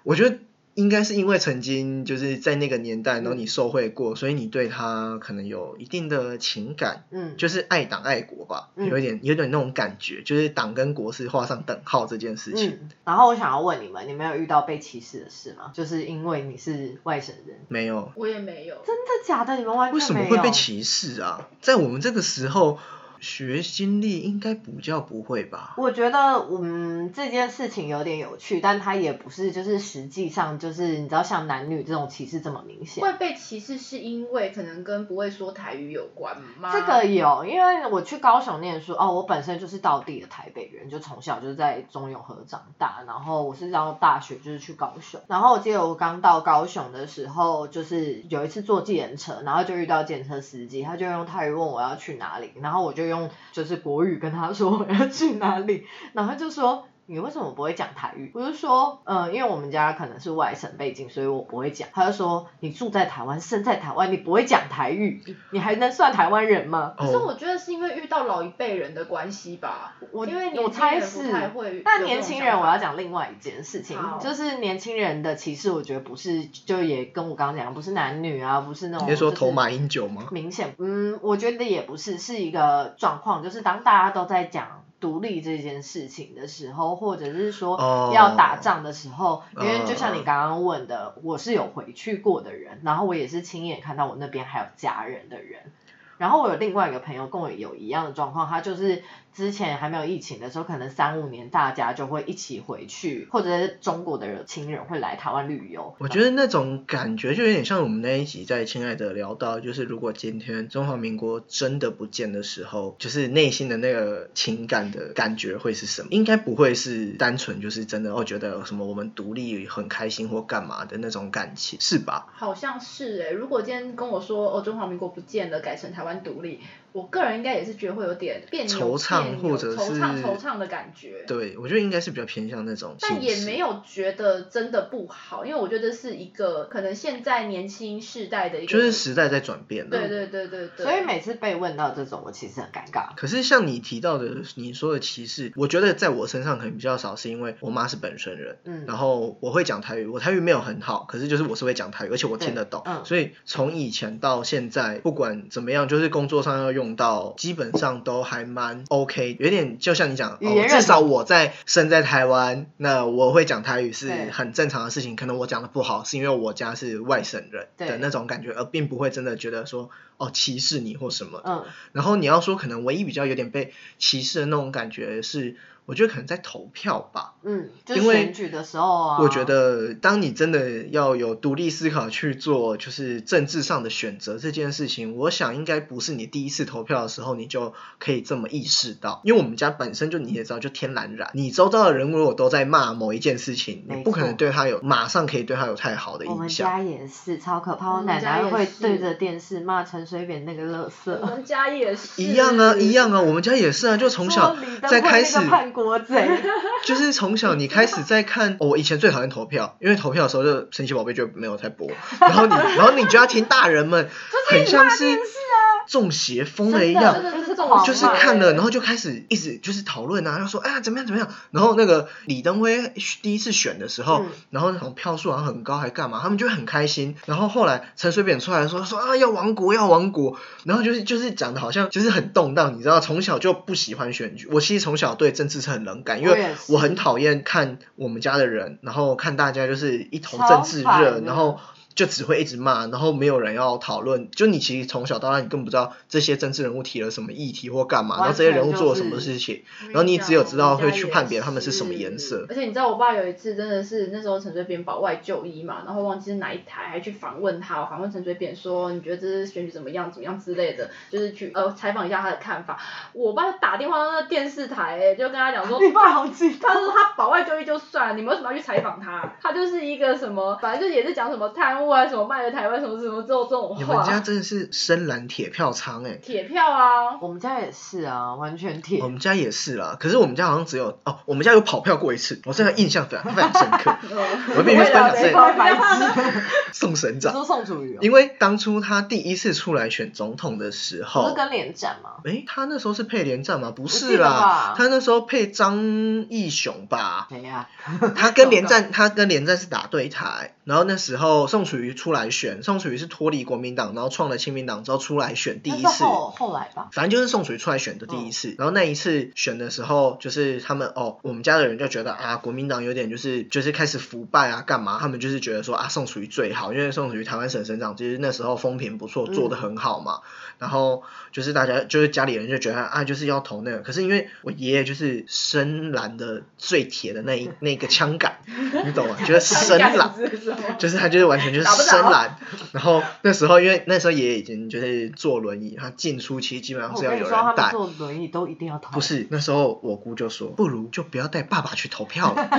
S1: 我觉得应该是因为曾经就是在那个年代，然
S2: 嗯
S1: 后你受惠过，所以你对他可能有一定的情感。
S2: 嗯，
S1: 就是爱党爱国吧，
S2: 嗯
S1: 有一点有点那种感觉，就是党跟国是画上等号这件事情。
S2: 嗯，然后我想要问你们，你们有遇到被歧视的事吗？就是因为你是外省人，
S1: 没有，
S3: 我也没有。
S2: 真的假的？你们完
S1: 为什
S2: 全
S1: 么
S2: 没有？
S1: 会被歧视啊？在我们这个时候，学经历应该比较不会吧？
S2: 我觉得，嗯，这件事情有点有趣，但它也不是，就是实际上就是你知道，像男女这种歧视这么明显。
S3: 会被歧视是因为可能跟不会说台语有关吗？
S2: 这个有，因为我去高雄念书哦，我本身就是道地的台北人，就从小就是在中永和长大，然后我是到大学就是去高雄，然后我记得我刚到高雄的时候，就是有一次坐计程车，然后就遇到计程车司机，他就用台语问我要去哪里，然后我就用就是国语跟他说我要去哪里，然后他就说。你为什么不会讲台语？我就说，呃，因为我们家可能是外省背景，所以我不会讲。他就说，你住在台湾，生在台湾，你不会讲台语，你还能算台湾人吗？
S3: 可是
S1: 哦，
S3: 我觉得是因为遇到老一辈人的关系吧，
S2: 我
S3: 因为
S2: 我
S3: 年轻
S2: 猜
S3: 人不
S2: 是
S3: 太会。
S2: 但年轻人，我要，讲另外一件事情
S3: 好，
S2: 就是年轻人的歧视，我觉得不是，就也跟我刚刚讲，不是男女啊，不是那种。
S1: 你是说
S2: 就是
S1: 头马英九吗？
S2: 明显，嗯，我觉得也不是，是一个状况，就是当大家都在讲独立这件事情的时候，或者是说
S1: 哦
S2: 要打仗的时候，因为
S1: 嗯
S2: 就像你刚刚问的，我是有回去过的人，然后我也是亲眼看到我那边还有家人的人。然后我有另外一个朋友跟我有一样的状况，他就是之前还没有疫情的时候，可能三五年大家就会一起回去，或者是中国的人亲人会来台湾旅游。
S1: 我觉得那种感觉就有点像我们那一集在《亲爱的》聊到，就是如果今天中华民国真的不见的时候，就是内心的那个情感的感觉会是什么？应该不会是单纯就是真的哦，觉得什么我们独立很开心或干嘛的那种感情，是吧？
S3: 好像是哎、如果今天跟我说哦，中华民国不见了，改成台湾独立，我个人应该也是觉得会有点别
S1: 惆
S3: 扭、
S1: 怅
S3: 别扭
S1: 或者
S3: 惆
S1: 是
S3: 怅、惆怅的感觉。
S1: 对，我觉得应该是比较偏向那种性质。
S3: 但也没有觉得真的不好，因为我觉得是一个可能现在年轻世代的一个，
S1: 就是时代在转变了。
S3: 对对对对对，
S2: 所以每次被问到这种，我其实很尴尬。
S1: 可是像你提到的，你说的歧视，我觉得在我身上可能比较少，是因为我妈是本省人，
S2: 嗯
S1: 然后我会讲台语，我台语没有很好，可是就是我是会讲台语，而且我听得懂，
S2: 对嗯
S1: 所以从以前到现在，不管怎么样，就是工作上要用到，基本上都还蛮 OK，有点就像你讲，
S2: 语言
S1: 哦
S2: 认，同
S1: 至少我在身在台湾，那我会讲台语是
S2: 对
S1: 很正常的事情，可能我讲的不好，是因为我家是外省人的
S2: 对
S1: 那种感觉，而并不会真的觉得说哦歧视你或什么的
S2: 嗯，
S1: 然后你要说可能唯一比较有点被歧视的那种感觉是，我觉得可能在投票吧。
S2: 嗯，就
S1: 因为
S2: 选举的时候啊，
S1: 我觉得当你真的要有独立思考去做就是政治上的选择这件事情，我想应该不是你第一次投票的时候你就可以这么意识到，因为我们家本身就你也知道就天蓝染，你周遭的人如果都在骂某一件事情，
S2: 没
S1: 你不可能
S2: 错
S1: 对他有马上可以对他有太好的
S2: 我们
S1: 印象。
S2: 家也是超可怕，
S3: 我
S2: 我
S3: 们
S2: 奶奶
S3: 家也
S2: 会
S3: 是
S2: 对着电视骂陈水扁那个垃
S3: 我
S2: 圾。
S3: 们家也是
S1: 一样啊，一样啊，我们家也是啊，就从小
S2: 说李登
S1: 在
S2: 辉
S1: 开
S2: 那
S1: 始
S2: 个叛国 贼，
S1: 就是从小你开始在看，哦、我以前最讨厌投票，因为投票的时候就神奇宝贝就没有在播，然后你然后你就要听大人们，很像是中邪疯了一
S2: 真
S1: 样。
S2: 的
S3: 就是
S2: 狂骂
S1: 就是看了，然
S3: 后
S1: 后就开始一直就是讨论啊，然后说啊怎么样怎么样，然后那个李登辉第一次选的时候，
S2: 嗯
S1: 然后那种票数好像很高，还干嘛，他们就很开心。然后后来陈水扁出来说说啊要亡国要亡国，然后就是就是讲的好像就是很动荡，你知道，从小就不喜欢选举。我其实从小对政治是很冷感，因
S2: 我
S1: 为
S2: 也是
S1: 我很讨厌看我们家的人，然后看大家就是一头
S2: 超
S1: 政治
S2: 烦
S1: 热，
S2: 的
S1: 然后就只会一直骂，然后没有人要讨论。就你其实从小到大，你根本不知道这些政治人物提了什么议题或干嘛，然后这些人物做了什么事情，然后你只有知道会去判别他们是什么颜色。
S3: 而且你知道，我爸有一次真的是那时候陈水扁保外就医嘛，然后忘记是哪一台，还去访问他，访问陈水扁说你觉得这次选举怎么样，怎么样之类的，就是去呃采访一下他的看法。我爸就打电话到那电视台、欸，就跟他讲说，
S2: 你爸好激动
S3: 他。说他保外就医就算，你们为什么要去采访他？他就是一个什么，反正就是也是讲什么贪污啊，什么卖了台湾什么什么这种这种
S1: 你们家
S3: 话。
S1: 真的是深蓝铁票仓哎、
S3: 铁票啊，
S2: 我们家也是啊，完全铁
S1: 我。们家也是啦，可是我们家好像只有哦，我们家有跑票过一次，我真的印象非常非常深 刻。我必须分享
S2: 这
S1: 这
S2: 一块白痴。
S1: 宋省
S2: 你
S1: 长，
S2: 说宋楚瑜哦，
S1: 因为当初他第一次出来选总统的时
S2: 不
S1: 候
S2: 是，跟连战吗？
S1: 诶，他那时候是配连战吗？不
S2: 我记
S1: 是
S2: 得
S1: 啦
S2: 吧，
S1: 他那时候配张义雄吧？
S2: 谁哎呀？
S1: 他跟连战，他跟连战是打对台，然后那时候宋楚瑜出来选，宋楚瑜是脱离国民党，然后创了亲民党之后出来选第一
S2: 那是
S1: 次。
S2: 后后来吧。
S1: 反正就是宋楚瑜出来选的第一次，然后那一次选的时候，就是他们哦，我们家的人就觉得啊，国民党有点就是就是开始腐败啊，干嘛？他们就是觉得说啊，宋楚瑜最好，因为宋楚瑜台湾省省长其实那时候风评不错，
S2: 嗯
S1: 做的很好嘛。然后就是大家就是家里人就觉得啊，就是要投那个，可是因为我爷爷就是深蓝的最铁的那一那个枪杆，你懂吗？就是深蓝。就是他就是完全就是
S3: 打不着
S1: 深蓝，然后那时候因为那时候爷爷已经就是坐轮椅，他进出其实基本上
S2: 哦我
S1: 是要
S2: 跟你
S1: 有
S2: 说，
S1: 人
S2: 他们
S1: 带。
S2: 坐轮椅都一定要投。
S1: 不，是，那时候我姑就说，不如就不要带爸爸去投票 了，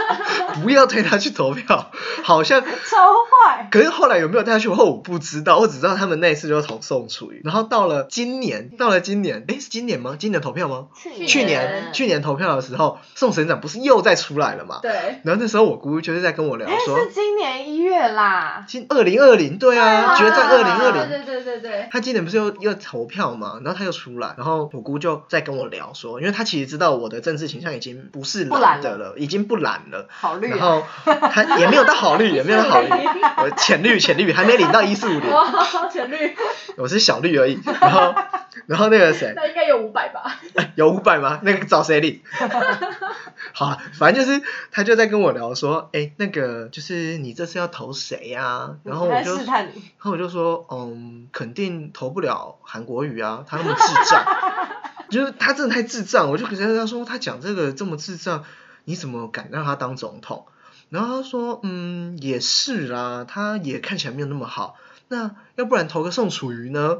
S1: 不要带他去投票，好像。
S2: 超坏。
S1: 可是后来有没有带他去，我不知道，我只知道他们那一次就投宋楚瑜，然后到了今年，到了今年，诶，是今年吗？今年投票吗？去
S3: 去
S1: 年去年投票的时候，宋省长不是又再出来了嘛？
S3: 对，
S1: 然后那时候我姑就是在跟我聊
S2: 哎，
S1: 说
S2: 是，今年一月啦。
S1: 今二零二零，对啊，
S3: 对
S1: 决
S3: 啊
S1: 战二零二零，
S3: 对对对对对，
S1: 他今年不是又又投票嘛，然后他又出来，然后我姑就在跟我聊说，因为他其实知道我的政治倾向已经不是
S2: 不
S1: 蓝
S2: 蓝
S1: 的了，已经不蓝了。
S2: 好绿
S1: 然
S2: 啊！
S1: 后他也没有到好绿，也没有 到好绿，我浅绿浅绿还没领到一四五零，
S3: 哇，全绿，
S1: 我是小绿而已。然后然后那个谁，哎
S3: 那应该有五百吧？
S1: 有五百吗？那个找谁领？好啊，反正就是他就在跟我聊说，哎、那个就是你这次要投谁呀、然后我
S2: 来
S1: 就，
S2: 试
S1: 然
S2: 探你，
S1: 后我就说，嗯，肯定投不了韩国语啊，他那么智障，就是他真的太智障，我就跟他说，他讲这个这么智障，你怎么敢让他当总统？然后他说，嗯，也是啦，他也看起来没有那么好，那要不然投个宋楚瑜呢？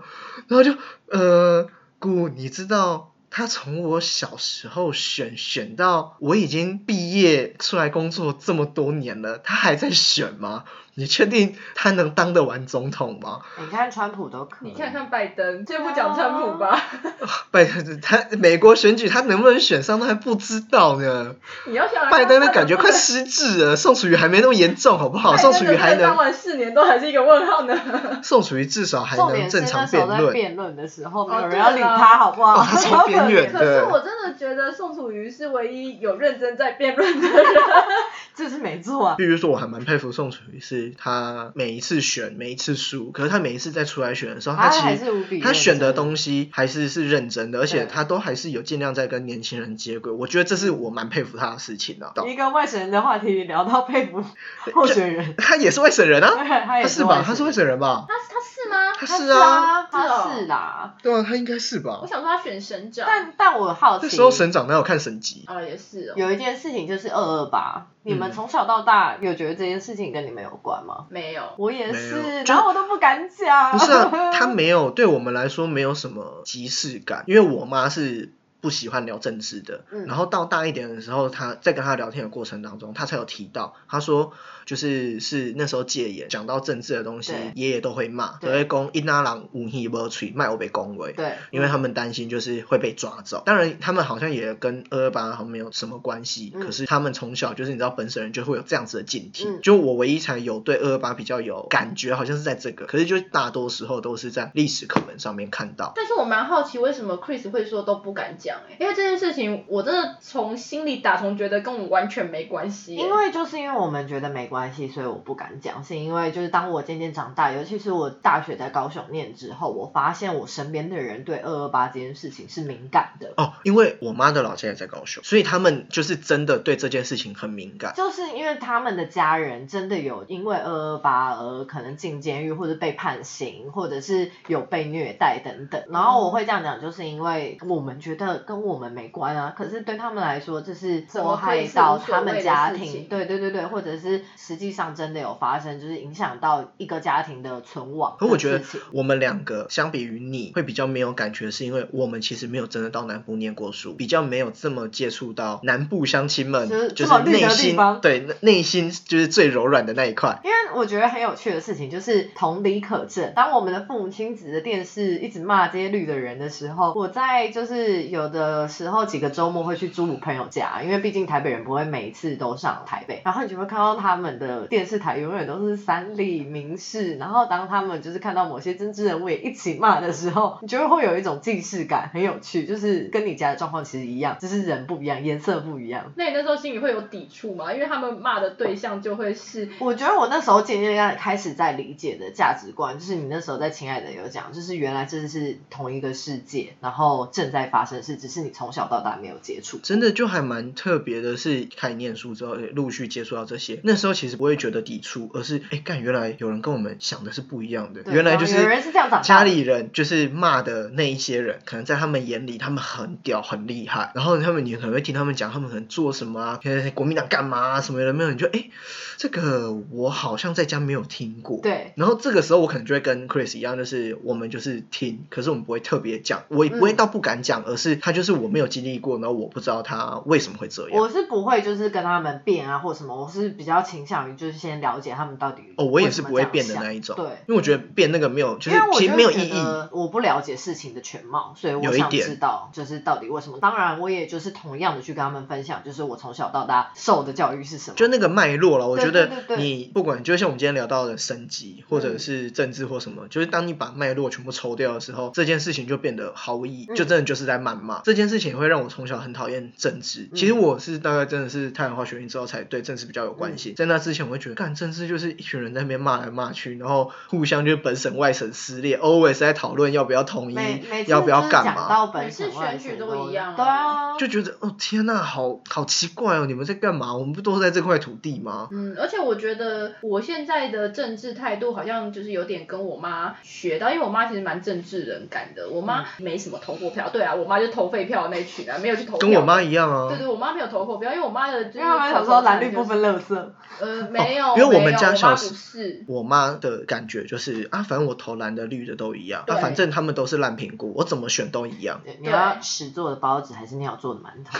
S1: 然后就呃，姑，你知道他从我小时候选选到我已经毕业出来工作这么多年了，他还在选吗？你确定他能当得完总统吗？
S2: 你看川普都可以，
S3: 你看看拜登，就不讲川普吧。
S1: 哦拜登他美国选举他能不能选上都还不知道呢。
S3: 你要想
S1: 拜登的感觉快失智了，宋楚瑜还没那么严重，好不好？宋楚瑜还
S3: 当
S1: 能，
S3: 完四年都还是一个问号呢。
S1: 宋楚瑜至少还
S2: 重点
S1: 能
S2: 是
S1: 正
S2: 那
S1: 常
S2: 时候
S1: 辩
S2: 在
S1: 论。
S2: 辩论的时候，没
S3: 哦
S2: 有人
S3: 对
S2: 要理
S3: 啦
S2: 他，好不好？
S1: 哦他超
S2: 可
S1: 边缘
S2: 怜
S1: 对
S3: 可是我真的觉得宋楚瑜是唯一有认真在辩论的人。
S2: 这是没错啊。
S1: 必须说，我还蛮佩服宋楚瑜，是他每一次选，每一次输，可是他每一次再出来选的时候，
S2: 他
S1: 其
S2: 还
S1: 实
S2: 是无比
S1: 他
S2: 认
S1: 选的
S2: 真
S1: 东西还是是认真的，而且
S2: 对
S1: 他都还是有尽量在跟年轻人接轨。我觉得这是我蛮佩服他的事情啊。
S2: 一个外省人的话题聊到佩服候选人，
S1: 他也是外省人
S2: 对
S1: 啊，
S2: 他也
S1: 他是
S2: 外
S1: 吧？他是
S2: 省
S1: 外
S2: 人，
S1: 省人吧？
S3: 他他是吗？
S1: 他
S2: 他
S1: 是啊，
S2: 啊，他是啦。
S1: 对啊，他应该是吧
S3: 我？想说他选省长，
S2: 但但我好
S1: 那
S2: 奇
S1: 时，候省长哪有看省级？
S3: 啊也是哦，
S2: 有一件事情就是二二八，你们
S1: 嗯
S2: 从小到大有觉得这件事情跟你们有关吗？
S3: 没有。
S2: 我也
S1: 没
S2: 是，
S1: 有
S2: 然后我都不敢讲。
S1: 不是啊，他没有对我们来说没有什么即视感，因为我妈是不喜欢聊政治的。
S2: 嗯
S1: 然后到大一点的时候，她在跟她聊天的过程当中，她才有提到，她说就是是那时候戒严，讲到政治的东西
S2: 对，
S1: 爷爷都会骂，
S2: 对
S1: 都会攻一拉郎无义无吹，卖我被恭维。
S2: 对，
S1: 因为他们担心就是会被抓走，当然他们好像也跟二二八好像没有什么关系，
S2: 嗯
S1: 可是他们从小就是你知道本省人就会有这样子的警惕，
S2: 嗯
S1: 就我唯一才有对二二八比较有感觉，好像是在这个，可是就大多时候都是在历史课本上面看到，
S3: 但是我蛮好奇为什么 Chris 会说都不敢讲哎、因为这件事情我真的从心里打从觉得跟我们完全没关系欸、
S2: 因为就是因为我们觉得没关系，所以我不敢讲，是因为就是当我渐渐长大，尤其是我大学在高雄念之后，我发现我身边的人对二二八这件事情是敏感的。
S1: 哦，因为我妈的老家也在高雄，所以他们就是真的对这件事情很敏感。
S2: 就是因为他们的家人真的有因为二二八而可能进监狱，或者被判刑，或者是有被虐待等等。然后我会这样讲，就是因为我们觉得跟我们没关
S1: 嗯
S2: 啊，可是对他们来说，这是迫害到他们家
S3: 怎么可以是无所谓的
S2: 庭。
S3: 事情
S2: 对对对对，或者是实际上真的有发生，就是影响到一个家庭的存亡
S1: 可我
S2: 的
S1: 觉
S2: 事
S1: 得
S2: 情。
S1: 我们两个相比于你会比较没有感觉，是因为我们其实没有真的到南部念过书，比较没有这么接触到南部乡亲们，
S2: 就是
S1: 就
S2: 这么
S1: 是
S2: 绿的
S1: 内
S2: 地
S1: 心
S2: 方
S1: 对内内心就是最柔软的那一块。
S2: 因为我觉得很有趣的事情就是同理可证。当我们的父母亲指着电视一直骂这些绿的人的时候，我在就是有的时候几个周末会去住我朋友家，因为毕竟台北人不会每一次都上台北，然后你就会看到他们的电视台永远都是三立、民视，然后当他们就是看到某些政治人物也一起骂的时候，你就会有一种既视感，很有趣，就是跟你家的状况其实一样，只是人不一样，颜色不一样。
S3: 那你那时候心里会有抵触吗？因为他们骂的对象就会是
S2: 我觉得我那时候渐渐开始在理解的价值观，就是你那时候在《亲爱的》有讲，就是原来这是同一个世界，然后正在发生的事，只是你从小到大没有接触。
S1: 真的就还蛮特别的，是开始念书之后，也陆续接触到这些。那时候其实不会觉得抵触，而是哎，干、原来有人跟我们想的是不一样的。
S2: 对
S1: 原来就
S2: 有人是这样长大的
S1: 家里人就是骂的那一些人，可能在他们眼里他们很屌很厉害，然后他们你可能会听他们讲他们可能做什么啊，呃国民党干嘛啊什么的，没有你就哎、诶这个我好像在家没有听过。
S2: 对，
S1: 然后这个时候我可能就会跟 Chris 一样，就是我们就是听，可是我们不会特别讲，我也不会
S2: 嗯
S1: 到不敢讲，而是他就是我没有经历过，然后我不知道他为什么会这样。
S2: 我是不会就是跟他们辩啊或什么，我是比较倾向于就是先了解他们到底
S1: 哦，我也
S2: 为什
S1: 是
S2: 么
S1: 不会
S2: 这样
S1: 变的
S2: 想
S1: 那一种，
S2: 对。
S1: 因为我觉得变那个没有，就
S2: 因
S1: 是
S2: 为我
S1: 其
S2: 就
S1: 实没有
S2: 觉
S1: 意义。
S2: 得我不了解事情的全貌，所以我
S1: 有一
S2: 想
S1: 点
S2: 知道就是到底为什么。当然，我也就是同样的去跟他们分享，就是我从小到大受的教育是什么。
S1: 就那个脉络了，我
S2: 对
S1: 觉得
S2: 对对对
S1: 你不管，就像我们今天聊到的升级，或者
S2: 嗯
S1: 是政治或什么，就是当你把脉络全部抽掉的时候，这件事情就变得毫无意义，
S2: 嗯
S1: 就真的就是在谩骂。嘛，这件事情也会让我从小很讨厌政治。
S2: 嗯
S1: 其实我是大概真的是太阳花学运之后才对政治比较有关
S2: 嗯
S1: 系，在那之前我会觉得，干政治就是一群人在那边骂来骂去，然后互相就是本省外省撕裂，always 在讨论要不要统一
S2: 每每，次
S1: 要不要
S2: 就是
S1: 干
S2: 讲
S1: 嘛。
S2: 到本
S3: 每次
S2: 省外
S3: 选举
S2: 省
S3: 都一样啊
S2: 对啊，
S1: 就觉得哦天呐，好好奇怪哦！你们在干嘛？我们不都是在这块土地吗？
S3: 嗯，而且我觉得我现在的政治态度好像就是有点跟我妈学到，因为我妈其实蛮政治人感的，我妈
S1: 嗯
S3: 没什么投过票，对啊，我妈就投废票那一群啊，没有去投票。
S1: 跟我妈一样啊。
S3: 对对，我妈没有投过票，因为我妈的就是
S2: 因为他们想说蓝绿不分乐色，
S3: 呃，没有，
S1: 因为我们
S3: 没有
S1: 家小
S3: 妈不
S1: 时
S3: 是，
S1: 我妈的感觉就是啊，反正我投蓝的绿的都一样，啊，
S3: 对
S1: 反正他们都是烂评估，我怎么选都一样，
S2: 你要屎做的包子还是尿做的馒头？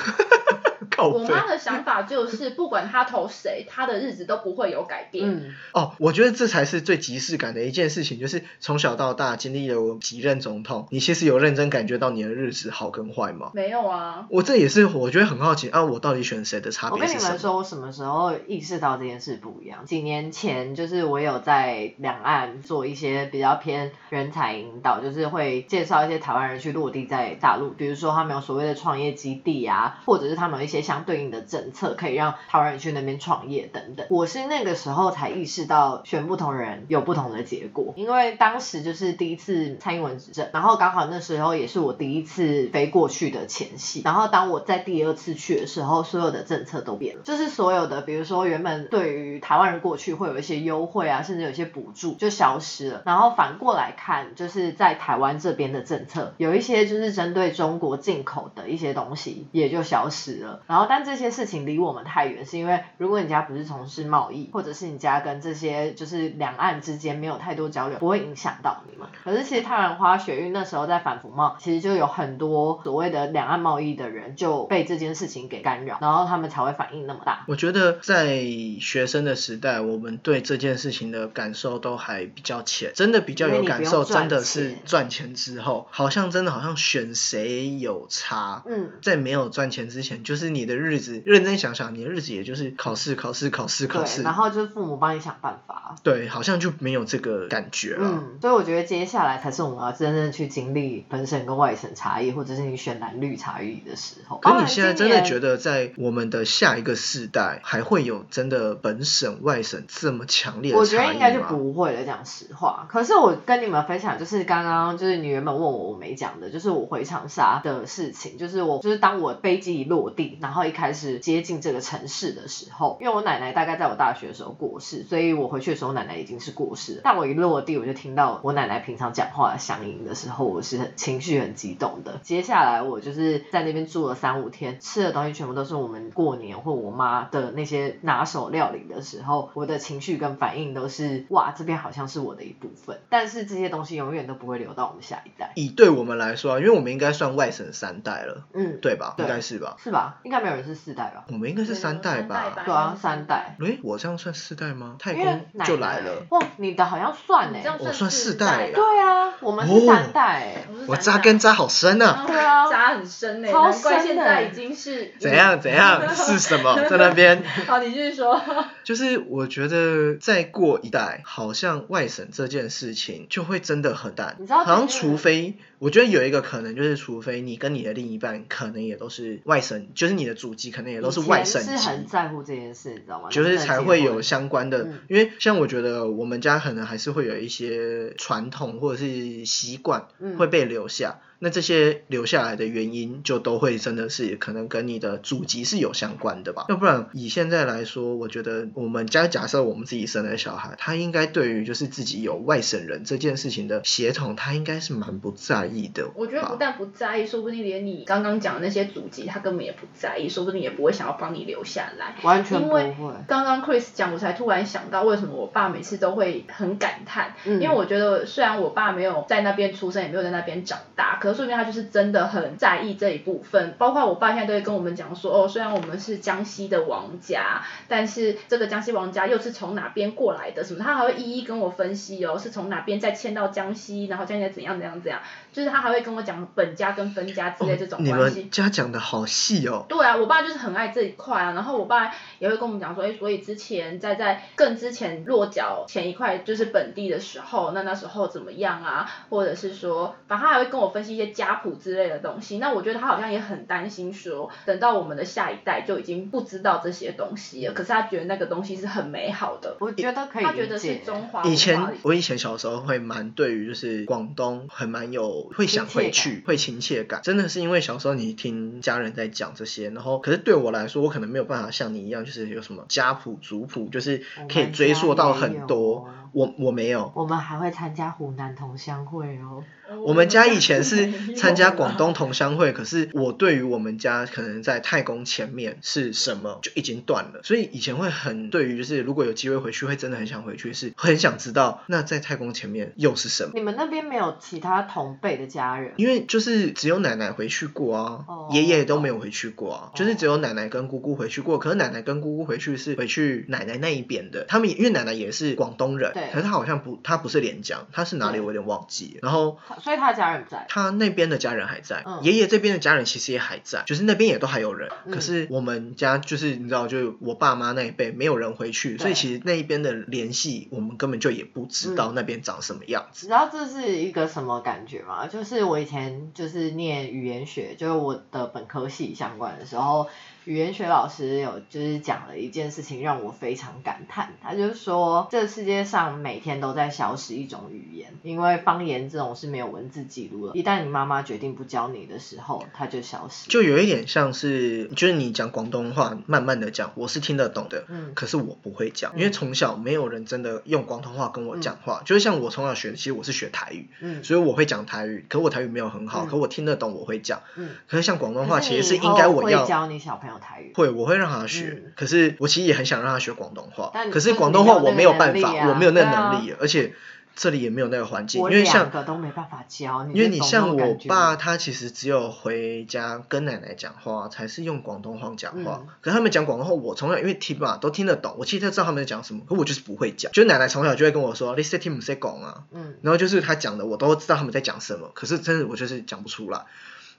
S1: 靠
S3: 我
S1: 背
S3: 妈的想法就是， 不管她投谁，她的日子都不会有改变。
S2: 嗯，
S1: 哦，我觉得这才是最即视感的一件事情，就是从小到大经历了几任总统，你其实有认真感觉到你的日子好跟坏吗？
S3: 没有啊，
S1: 我这也是我觉得很好奇啊，我到底选谁的差
S2: 我
S1: 别
S2: 跟你
S1: 是什
S2: 们
S1: 么？
S2: 说，我什么时候意识到这件事不一样？几年前，就是我有在两岸做一些比较偏人才引导，就是会介绍一些台湾人去落地在大陆，比如说他们有所谓的创业基地啊，或者是他们有一些相对应的政策可以让台湾人去那边创业等等。我是那个时候才意识到选不同人有不同的结果，因为当时就是第一次蔡英文执政，然后刚好那时候也是我第一次飞过去的前夕，然后当我在第二次去的时候，所有的政策都变了，就是所有的，比如说原本对于台湾人过去会有一些优惠啊，甚至有一些补助就消失了，然后反过来看，就是在台湾这边的政策，有一些就是针对中国进口的一些东西也就消失了，然后但这些事情离我们太远，是因为如果你家不是从事贸易，或者是你家跟这些就是两岸之间没有太多交流，不会影响到你们。可是其实太阳花学运那时候在反服贸，其实就有很多所谓的两岸贸易的人就被这件事情给干扰，然后他们才会反应那么大。
S1: 我觉得在学生的时代，我们对这件事情的感受都还比较浅，真的比较有感受，
S2: 因为你不用
S1: 真的是
S2: 赚钱
S1: 赚钱之后，好像真的好像选谁有差，
S2: 嗯，
S1: 在没有赚钱之前，就是你的日子，认真想想，你的日子也就是考试、考试、考试、考
S2: 对，
S1: 试
S2: 然，后就是父母帮你想办法。啊
S1: 对，好像就没有这个感觉了。
S2: 嗯，所以我觉得接下来才是我们要真正去经历本省跟外省差异，或者是你选蓝绿差异的时候。
S1: 可你现在真的觉
S2: 得？
S1: 得，在我们的下一个世代，还会有真的本省外省这么强烈的
S2: 我觉
S1: 差
S2: 得应
S1: 异
S2: 该就
S1: 吗？
S2: 不会了，讲实话。可是我跟你们分享，就是刚刚就是你原本问我我没讲的，就是我回长沙的事情，就是我就是当我飞机一落地，然后一开始接近这个城市的时候，因为我奶奶大概在我大学的时候过世，所以我回去的时候奶奶已经是过世了。但我一落地，我就听到我奶奶平常讲话的乡音的时候，我是很情绪很激动的。接下来我就是在那边住了三五天，吃的东西全部都是我们过年或我妈的那些拿手料理的时候，我的情绪跟反应都是哇，这边好像是我的一部分。但是这些东西永远都不会留到我们下一代，
S1: 以对我们来说啊，因为我们应该算外省三代了，
S2: 嗯，
S1: 对吧？
S2: 对
S1: 应该是吧？
S2: 是吧？应该没有人是四代吧？
S1: 我们应该是三代
S3: 三代
S1: 吧
S3: 吧？
S2: 对啊，三代，
S1: 诶，我这样算四代吗？太
S2: 因为
S1: 公
S2: 奶
S1: 就
S2: 奶
S1: 来了，
S2: 哇，你的好像算
S3: 你
S2: 哎、
S3: 这样
S1: 我算世
S3: 世
S1: 代了
S2: 对啊，我们是三代哎、
S1: 我扎根扎好深 啊！
S2: 对啊
S3: 扎很深呢、
S2: 超
S3: 难怪
S2: 深
S3: 现
S2: 的
S3: 在已经是
S1: 怎样怎样是什么？在那边
S3: 好，你继续说。
S1: 就是我觉得再过一代，好像外省这件事情就会真的很淡。
S2: 你知道
S1: 好像
S2: 最近
S1: 除非我觉得有一个可能就是，除非你跟你的另一半可能也都是外省，就是你的祖籍可能也都是外省
S2: 以前是很
S1: 籍。
S2: 在乎这件事，你知道吗？
S1: 就是才会有
S2: 像
S1: 相关的，
S2: 嗯
S1: 因为像我觉得我们家可能还是会有一些传统或者是习惯
S2: 嗯
S1: 会被留下，那这些留下来的原因就都会真的是可能跟你的祖籍是有相关的吧，要不然以现在来说，我觉得我们家假设我们自己生的小孩，他应该对于就是自己有外省人这件事情的协同，他应该是蛮不在意的吧。
S3: 我觉得不但不在意，说不定连你刚刚讲的那些祖籍，他根本也不在意，说不定也不会想要帮你留下来。
S2: 完全不
S3: 因
S2: 会
S3: 为，刚刚 Chris 讲，我才突然想到，为什么我爸每次都会很感叹，
S2: 嗯
S3: 因为我觉得虽然我爸没有在那边出生，也没有在那边长大，可是说明他就是真的很在意这一部分。包括我爸现在都会跟我们讲说，哦，虽然我们是江西的王家，但是这个江西王家又是从哪边过来的，什么，他还会一一跟我分析哦，是从哪边再迁到江西，然后江西再怎样怎样怎样，就是他还会跟我讲本家跟分家之类这种
S1: 哦你
S3: 关系。
S1: 们家讲的好细哦，
S3: 对啊，我爸就是很爱这一块啊，然后我爸也会跟我们讲说，哎，所以之前在在更之前落脚前一块就是本地的时候，那那时候怎么样啊？或者是说，反正他还会跟我分析一些家谱之类的东西。那我觉得他好像也很担心说，等到我们的下一代就已经不知道这些东西了。可是他觉得那个东西是很美好的，
S2: 我觉得可以
S3: 他觉
S2: 理
S3: 得是
S2: 解。
S3: 中华文化
S1: 以前
S3: 里
S1: 我以前小时候会蛮对于就是广东很蛮有会想回
S2: 亲
S1: 去会亲切感，真的是因为小时候你听家人在讲这些，然后可是对我来说，我可能没有办法像你一样，就是有什么家谱族谱，就是可以追溯到很多。我我没有，
S2: 我们还会参加湖南同乡会哦，
S1: 我们家以前是参加 广东同乡会，可 是我对于我们家可能在太公前面是什么就已经断了，所以以前会很对于就是如果有机会回去，会真的很想回去，是很想知道那在太公前面又是什么。
S2: 你们那边没有其他同辈的家人？
S1: 因为就是只有奶奶回去过啊，
S2: 哦
S1: 爷爷都没有回去过啊，
S2: 哦
S1: 就是只有奶奶跟姑姑回去过。可是奶奶跟姑姑回去是回去奶奶那一边的，他们因为奶奶也是广东人
S2: 对，
S1: 可是她好像不，她不是连江，她是哪里
S2: 对
S1: 我有点忘记了。然后
S2: 他所以他的家人不在。
S1: 他那边的家人还在，
S2: 嗯
S1: 爷爷这边的家人其实也还在，就是那边也都还有人。
S2: 嗯
S1: 可是我们家就是你知道，就是我爸妈那一辈没有人回去，
S2: 对
S1: 所以其实那一边的联系，我们根本就也不知道
S2: 嗯
S1: 那边长什么样子。
S2: 你知道这是一个什么感觉吗？就是我以前就是念语言学，就是我的本科系相关的时候，语言学老师有就是讲了一件事情让我非常感叹，他就是说这世界上每天都在消失一种语言，因为方言这种是没有文字记录的，一旦你妈妈决定不教你的时候，它就消失。
S1: 就有一点像是，就是你讲广东话，慢慢的讲，我是听得懂的，
S2: 嗯
S1: 可是我不会讲，
S2: 嗯
S1: 因为从小没有人真的用广东话跟我讲话。就是像我从小学，其实我是学台语，
S2: 嗯
S1: 所以我会讲台语，可我台语没有很好，
S2: 嗯
S1: 可我听得懂，我会讲。
S2: 嗯，
S1: 可是像广东话，
S2: 可
S1: 其实
S2: 你
S1: 是
S2: 以后
S1: 应该我要
S2: 会教你小朋友台语。
S1: 会，我会让他学。
S2: 嗯
S1: 可是我其实也很想让他学广东话，
S2: 但
S1: 可
S2: 就是是
S1: 广
S2: 你
S1: 东
S2: 没
S1: 话
S2: 有那
S1: 我
S2: 个
S1: 没有
S2: 能
S1: 办
S2: 力
S1: 法，
S2: 啊
S1: 我没有那个
S2: 对啊
S1: 能力，而且这里也没有那个环境，
S2: 我
S1: 因为像
S2: 两个都没办法教，你
S1: 因为
S2: 就
S1: 你
S2: 懂那
S1: 像
S2: 种
S1: 我
S2: 感觉
S1: 爸，
S2: 吗，
S1: 他其实只有回家跟奶奶讲话，才是用广东话讲话。
S2: 嗯
S1: 可是他们讲广东话，我从小因为听嘛都听得懂，我其实都知道他们在讲什么，可我就是不会讲。就奶奶从小就会跟我说，你是听不是讲啊？
S2: 嗯，
S1: 然后就是他讲的，我都知道他们在讲什么，可是真的我就是讲不出来，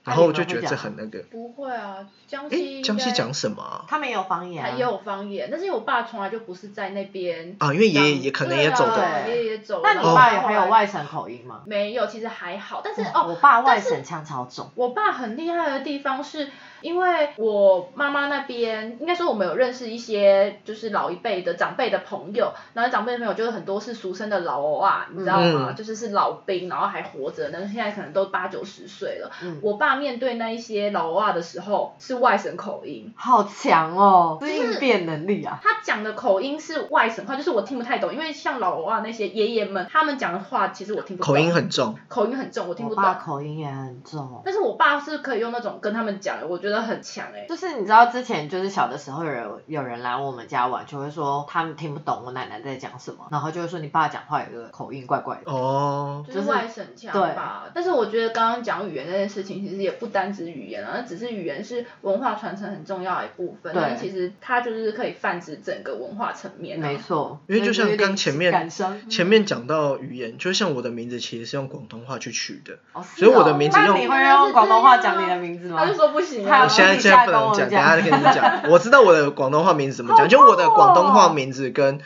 S2: 那
S1: 然
S2: 你
S1: 后
S2: 们
S1: 我就
S2: 会
S1: 觉得
S2: 讲
S1: 这
S2: 吗
S1: 很那个。
S3: 不会啊，江西
S1: 诶，
S3: 应
S1: 江西
S3: 该
S1: 讲什么啊？
S2: 他们也有方言、啊，
S3: 他也有方言，但是因为我爸从来就不是在那边
S1: 啊，因为爷爷也可能也走
S3: 对
S1: 的，
S3: 啊爷爷也走了。
S2: 那你
S3: 然后
S2: 爸
S3: 后
S2: 有
S3: 来
S2: 还有外省口音吗？
S3: 没有？其实还好，但是
S2: 哇
S3: 哦，
S2: 我爸外
S3: 但是
S2: 省腔超重。
S3: 我爸很厉害的地方是，因为我妈妈那边，应该说我们有认识一些就是老一辈的长辈的朋友，然后长辈的朋友就是很多是俗称的老欧啊，你知道吗？
S1: 嗯
S3: 就是是老兵，然后还活着，但是现在可能都八九十岁了。
S2: 嗯，
S3: 我爸面对那一些老欧啊的时候是外省口音，
S2: 好强哦，是
S3: 是
S2: 应变能力啊。
S3: 他讲的口音是外省话，就是我听不太懂，因为像老欧啊那些爷爷们，他们讲的话其实我听不懂，
S1: 口音很重。
S3: 口音很重，我听
S2: 我
S3: 不懂。
S2: 爸口音也很重。
S3: 但是我爸是可以用那种跟他们讲的，我觉得很强哎、
S2: 就是你知道之前就是小的时候有人有人来我们家玩，就会说他们听不懂我奶奶在讲什么，然后就会说你爸讲话有个口音怪怪的。
S1: 哦，
S3: 就是外省腔吧。但是我觉得刚刚讲语言这件事情，其实也不单指语言啊，那只是语言是文化传承很重要的一部分。
S2: 对
S3: 但是其实它就是可以泛指整个文化层面、啊。
S2: 没错，
S1: 因为就
S2: 所以
S1: 像
S2: 有点
S1: 刚前面
S2: 感伤，
S1: 前面讲到语言，就像我的名字其实是用广东话去取的，
S2: 哦是
S1: 所以我
S2: 哦
S1: 的名字
S2: 那
S1: 用
S2: 你会用广东话讲你的名字吗
S3: 他？就说不行
S2: 他
S3: 啊，
S1: 我现在
S2: 私
S1: 现
S2: 底
S1: 在
S2: 下
S1: 不
S2: 跟
S1: 能
S2: 我
S1: 讲，等一
S2: 讲
S1: 下再跟你们讲。我知道我的广东话名字怎么讲，就我的广东话名字跟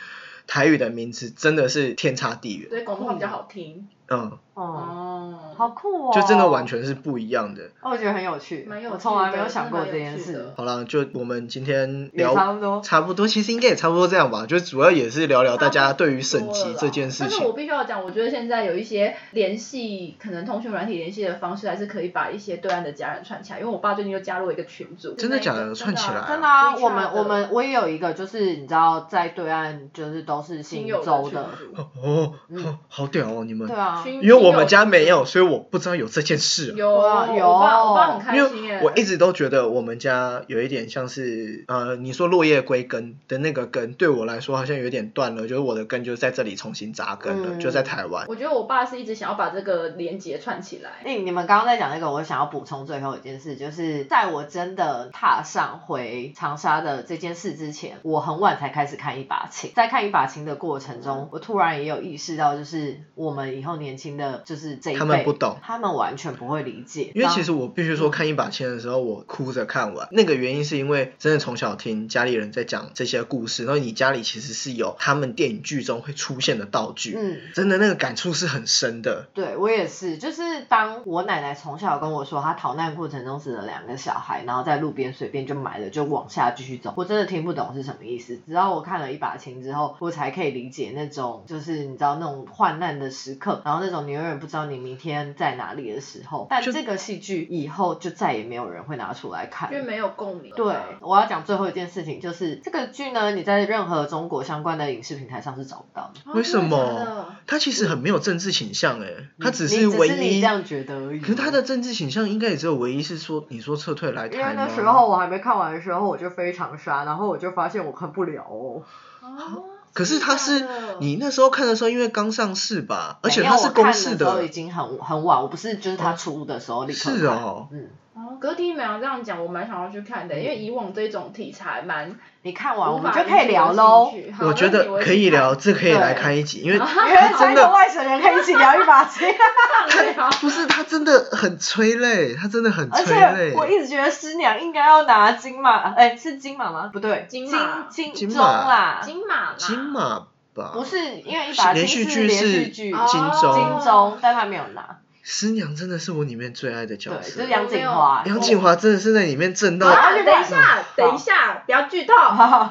S1: 台语的名字真的是天差地远，
S3: 对广东话比较好听。
S1: 嗯，
S2: 哦，
S3: 哦
S2: 好酷哦，
S1: 就真的完。全是不一样的。
S2: 哦，我觉得很有趣，
S3: 蛮有
S2: 我从
S3: 趣
S2: 来没
S3: 的
S2: 有想
S3: 真的
S2: 过
S3: 蛮
S2: 这
S3: 有
S2: 件
S3: 趣
S2: 事
S3: 的。
S1: 好了，就我们今天
S2: 也
S1: 聊
S2: 差不多
S1: 差不多，其实应该也差不多这样吧，就主要也是聊聊大家对于省
S3: 多了
S1: 级
S3: 啦
S1: 这件事
S3: 但是
S1: 情
S3: 我。必须要讲，我觉得现在有一些联系，可能通讯软体联系的方式，还是可以把一些对岸的家人串起来。因为我爸最近又加入了一个群组，
S1: 真的假的
S3: 那个
S1: 串起来啊
S2: 真的啊，
S3: WeChat
S2: 我们
S3: 的
S2: 我们我也有一个，就是你知道在对岸就是都是姓
S3: 亲友
S2: 周
S3: 群
S2: 的，
S3: 组，
S1: 哦，
S2: 嗯
S1: 好好屌哦，你们
S2: 对，啊，
S3: 群
S1: 因为我们家
S3: 亲友
S1: 没有，所以我不知道有这件事啊。
S3: 有
S2: 哇有
S3: 我爸我爸很开
S1: 因
S3: 心
S1: 为
S3: 耶。
S1: 我一直都觉得我们家有一点像是呃，你说落叶归根的那个根，对我来说好像有点断了，就是我的根就在这里重新扎根了，
S2: 嗯
S1: 就在台湾。
S3: 我觉得我爸是一直想要把这个连接串起来。
S2: 哎、你们刚刚在讲那个，我想要补充最后一件事，就是在我真的踏上回长沙的这件事之前，我很晚才开始看一把琴。
S1: 嗯
S2: 在看一把琴的过程中，我突然也有意识到，就是我们以后年轻的，就是这一
S1: 他们不懂
S2: 他们完全不会理解。
S1: 因为其实我必须说，看一把签的时候，我哭着看完。那个原因是因为真的从小听家里人在讲这些故事，然后你家里其实是有他们电影剧中会出现的道具，
S2: 嗯，
S1: 真的那个感触是很深的。
S2: 对我也是，就是当我奶奶从小跟我说，她逃难过程中死了两个小孩，然后在路边随便就埋了，就往下继续走，我真的听不懂是什么意思。直到我看了一把琴之后，我才可以理解那种就是你知道那种患难的时刻，然后那种你永远不知道你明天在哪里的时候。但
S1: 就
S2: 这个戏剧以后就再也没有人会拿出来看
S3: 因。为没有共鸣。啊
S2: 对，我要讲最后一件事情，就是这个剧呢，你在任何中国相关的影视平台上是找不到的。
S3: 啊
S1: 为什
S3: 真的
S1: 么
S3: 假的
S1: 他其实很没有政治倾向哎、他
S2: 嗯你
S1: 是唯
S2: 你
S1: 一
S2: 这样觉得而已。
S1: 可是他的政治倾向应该也只有唯一是说，你说撤退来
S2: 因为
S1: 台吗？
S2: 那时候我还没看完的时候，我就非常傻，然后我就发现我看不了哦。
S3: 啊
S1: 可是他是
S3: 真的假的
S1: 你那时候看的时候，因为刚上市吧，而且
S2: 没有
S1: 他是公
S2: 我
S1: 示
S2: 看的时候已经很很晚，我不是就是他出的时候立刻看。
S1: 是哦，
S2: 嗯，
S3: 哦，可是听你们俩这样讲，我蛮想要去看的，因为以往这种题材蛮
S2: 你看完
S3: 无
S2: 我们
S3: 法
S2: 就可以
S3: 理解的
S2: 聊喽。
S3: 兴
S2: 因
S3: 趣。好
S1: 我觉
S3: 那你
S1: 得
S3: 会
S1: 可以
S3: 去看
S1: 聊，这可以来
S2: 对
S1: 开一集，因为
S2: 为
S1: 他
S2: 三
S1: 真
S2: 个
S1: 的
S2: 外省人可以一起聊一 把琴，
S3: 聊
S1: 不是他真的很催泪，他真的很
S2: 而
S1: 催
S2: 且
S1: 泪。
S2: 我一直觉得师娘应该要拿金马，哎，是金马吗？不对，
S3: 金马
S2: 金
S1: 金
S2: 金
S1: 马
S2: 钟啦，
S3: 金马啦，
S1: 金马吧，
S2: 不是因为一把
S1: 连
S2: 金
S1: 续
S2: 是
S1: 剧
S2: 连
S1: 是
S2: 续剧
S3: 哦
S2: 哦
S1: 金
S2: 金
S1: 钟，
S2: 钟，但他没有拿，
S1: 师娘真的是我里面最爱的角
S2: 对，就
S1: 色
S2: 是。杨景华，
S1: 杨锦华真的是在里面震到，
S3: 啊，等一下，等一下，不要剧透。
S2: 好，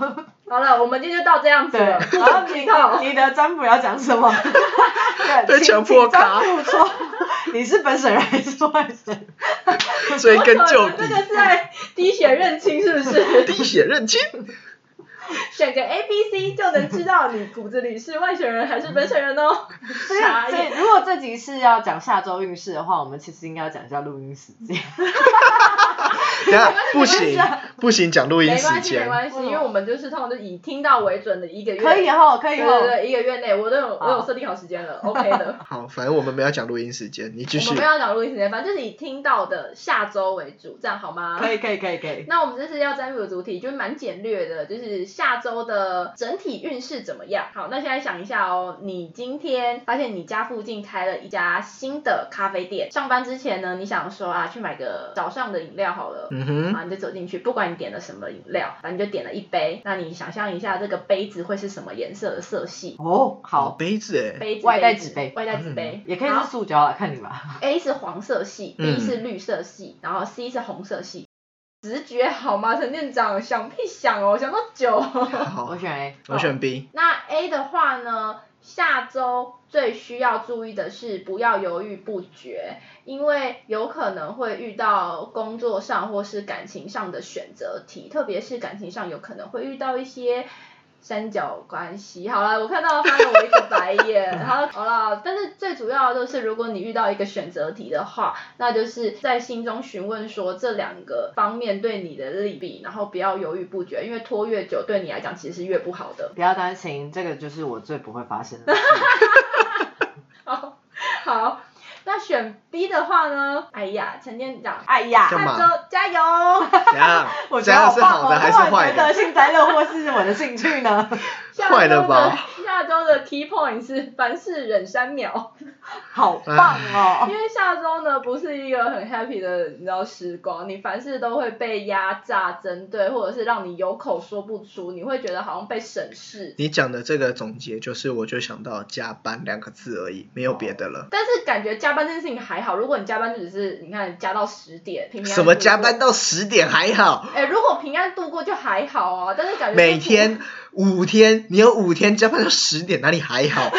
S3: 好了，我们今天就到这样子
S2: 对，
S3: 了，
S2: 然后
S3: 不
S2: 你
S3: 剧透。
S2: 你你的占卜要讲什么？ 对
S1: 被
S2: 请
S1: 强迫
S2: 请占
S1: 卡
S2: 卜说 你是本省人还是外省 人？
S1: 追根究
S3: 这个
S1: 底，
S3: 是在滴血认亲，是不是？
S1: 滴血认 亲。
S3: 选个 A、B、C 就能知道你骨子里是外省人还是本省人 哦。
S2: 所以
S3: 傻
S2: 所以
S3: 眼。
S2: 如果这集是要讲下周运势的话，我们其实应该要讲一下录音时间。
S1: 等一下不行
S2: 没关系啊
S1: 不行，讲录音
S3: 没
S1: 时
S3: 关系，没
S1: 间。
S3: 关系，因为我们就是通常就以听到为准的一个月。
S2: 嗯可以哦，可
S3: 对
S2: 以
S3: 对
S2: 哦。
S3: 对，一个月内我都有
S2: 好
S3: 我有设定好时间了，OK 的。
S1: 好，反正我们没有讲录音时间，你继
S3: 我
S1: 续
S3: 们不。要讲录音时间，反正就是以听到的下周为主，这样好吗？
S2: 可以可以可以可以，
S3: 那我们这次要占卜的主题就是蛮简略的，就是下周的整体运势怎么样？好，那现在想一下哦，你今天发现你家附近开了一家新的咖啡店，上班之前呢，你想说啊，去买个早上的饮料好了。
S1: 嗯哼，
S3: 啊，你就走进去，不管你点了什么饮料，反正就点了一杯。那你想象一下，这个杯子会是什么颜色的色系？
S2: 哦，好，
S1: 杯子哎，
S3: 杯子，
S2: 外带
S3: 子
S2: 纸杯嗯
S3: 外带纸杯，
S2: 也可以
S3: 好
S2: 是塑胶啊，看你吧。
S3: A 是黄色系
S1: 嗯
S3: ，B 是绿色系，然后 C 是红色系。直觉好吗，陈店长？想屁想哦，想到九。
S2: 我
S1: 好，
S2: 选 A，
S1: 我选 B。
S3: 那 A 的话呢，下周最需要注意的是不要犹豫不决，因为有可能会遇到工作上或是感情上的选择题，特别是感情上有可能会遇到一些。三角关系，好了，我看到翻了我一个白眼，好了，好了，但是最主要的就是，如果你遇到一个选择题的话，那就是在心中询问说这两个方面对你的利弊，然后不要犹豫不决，因为拖越久对你来讲其实是越不好的。
S2: 不要担心，这个就是我最不会发生 的事。
S3: 好，好，那选 B 的话呢？哎呀，陈店长，
S2: 哎呀？
S1: 干嘛
S3: 下周 加油！
S1: 怎样
S2: 我
S1: 怎
S2: 觉得
S1: 样
S2: 好
S1: 是
S2: 棒
S1: 好
S2: 哦！
S1: 的还是
S2: 突然
S1: 坏
S2: 觉得
S1: 的？
S2: 幸灾乐祸是我的兴趣 呢。
S3: 下
S1: 坏了
S3: 周的
S1: 吧
S3: 下周的 key point 是凡事忍三秒，
S2: 好棒哦！
S3: 因为下周呢不是一个很 happy 的你知道时光，你凡事都会被压榨、针对，或者是让你有口说不出，你会觉得好像被审视。
S1: 你讲的这个总结，就是我就想到加班两个字而已，没有别的了。
S3: 但是感觉加班这件事情还好，如果你加班就只是你看加到十点，
S2: 哦
S3: 平平安
S1: 什么
S3: 安度
S1: 加班
S3: 过？
S1: 到十点还好，
S3: 哎、如果平安度过就还好啊，但是感觉
S1: 每
S3: 就不
S1: 天五天，你有五天加班到十点，哪里还好？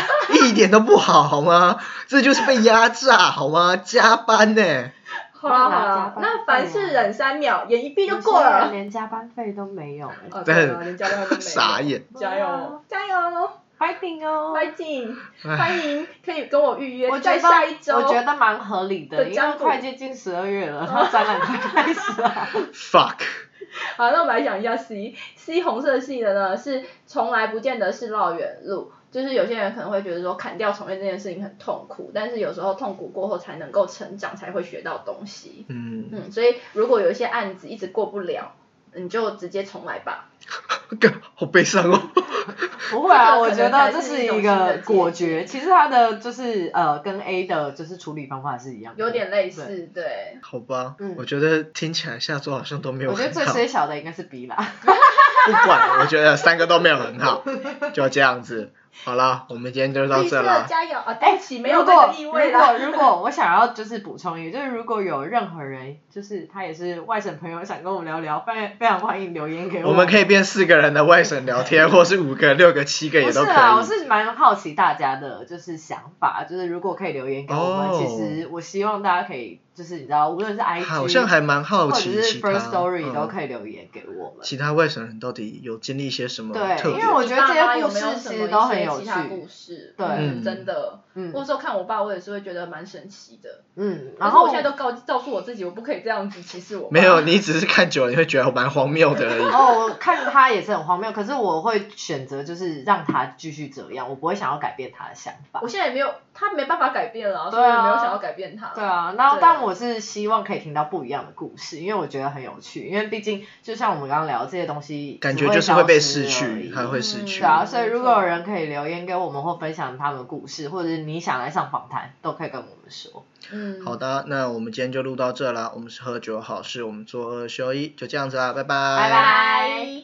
S1: 一点都不好好吗？这就是被压榨好吗？加班呢、
S3: 好啦好
S2: 加
S3: 啦
S2: 班，
S3: 那凡事忍三秒，眼一闭就
S2: 有
S3: 过
S2: 些人
S3: 了。
S2: 连加班费都没有， 哎
S3: 哦，对
S1: 真
S3: 啊，连加班都
S1: 的
S3: 没
S1: 傻
S3: 有。
S1: 眼。
S3: 加油，
S2: 啊
S3: 加油！
S2: 快点哦！
S3: 快进，
S1: 唉
S3: 欢迎可以跟我预
S2: 我
S3: 约
S2: 觉
S3: 在
S2: 得
S3: 下一周。
S2: 我觉得蛮合理的，
S3: 对
S2: 因
S3: 占
S2: 为
S3: 卜
S2: 快接近十二月了，
S3: 哦
S2: 然后展览快开始啊 了。
S1: Fuck，
S3: 好，那我们来讲一下 C，C 红色系的呢是从来不见得是绕远路，就是有些人可能会觉得说砍掉重练这件事情很痛苦，但是有时候痛苦过后才能够成长，才会学到东西。
S1: 嗯，
S3: 嗯，所以如果有一些案子一直过不了，你就直接重来吧。
S2: 嗯
S1: 干好悲伤哦。
S2: 不会啊，
S3: 这个
S2: 我
S3: 可
S2: 觉
S3: 能才
S2: 得这
S3: 是
S2: 是
S3: 一种
S2: 一
S3: 新
S2: 个
S3: 的结
S2: 果
S3: 局
S2: 决。其实它的就是呃，跟 A 的就是处理方法是一样的，
S3: 有点类
S2: 对。
S3: 似，对，
S1: 好吧，
S2: 嗯
S1: 我觉得听起来下周好像都没有
S2: 我觉得
S1: 很
S2: 最
S1: 好，
S2: 衰小的应该是 B 啦。
S1: 不管，我觉得三个都没有很好，就这样子。好了，我们今天就到
S3: 绿
S1: 这
S3: 色
S1: 了。
S3: 加油啊！对不起，没有
S2: 如
S3: 这
S2: 果
S3: 个意
S2: 如
S3: 味啦
S2: 果。如 果我想要就是补充一个，就是如果有任何人就是他也是外省朋友想跟我们聊聊，非非常欢迎留言给
S1: 我们可以变四个人的外省聊天，或是五个、六个、七个也
S2: 不是
S1: 都可
S2: 啊，我
S1: 以。
S2: 是蛮好奇大家的，就是想法，就是如果可以留言给我们，
S1: 哦
S2: 其实我希望大家可以，就是你知道，无论是 IG，
S1: 好像还蛮好
S2: 或者
S1: 奇
S2: 是
S1: 其他
S2: First Story
S1: 嗯
S2: 都可以留言给我们。
S1: 其他外省人到底有经历一些什么特
S2: 对，因
S1: 别？
S2: 为我觉得这
S3: 你爸妈
S2: 些
S3: 有
S2: 故
S3: 没
S2: 事
S3: 有什
S2: 其
S3: 么
S2: 实
S3: 一
S2: 都
S3: 些
S2: 很有
S3: 其
S2: 趣。
S3: 他故事，
S2: 对
S1: 嗯
S3: 真的。或
S2: 嗯
S3: 者说看我爸，我也是会觉得蛮神奇的。
S2: 嗯，
S3: 然
S2: 然
S3: 后
S2: 后
S3: 我现在都告告诉我自己，我不可以这样子歧视我爸。
S1: 没有，你只是看久了你会觉得蛮荒谬的而 已。
S2: 哦，我看他也是很荒谬，可是我会选择就是让他继续这样，我不会想要改变他的想法
S3: 我。现在也没有，他没办法改变了，所
S2: 对啊
S3: 以我也没有想要改变他。
S2: 对啊，那
S3: 对
S2: 但我是希望可以听到不一样的故事，因为我觉得很有趣，因为毕竟就像我们刚刚聊这些东西，
S1: 感
S2: 只
S1: 觉就是
S2: 会
S1: 会被
S2: 消
S1: 失
S2: 失而
S1: 去，
S2: 已
S1: 还会失去
S2: 对。啊，
S3: 嗯
S2: 所以
S3: 没
S2: 如果有
S3: 错
S2: 人可以留言给我们或分享他们的故事，或者是你想来上访谈，都可以跟我们说。
S3: 嗯，
S1: 好的，那我们今天就录到这啦。我们是喝酒好事，我们做二休一，就这样子啦，拜
S2: 拜
S3: 拜拜。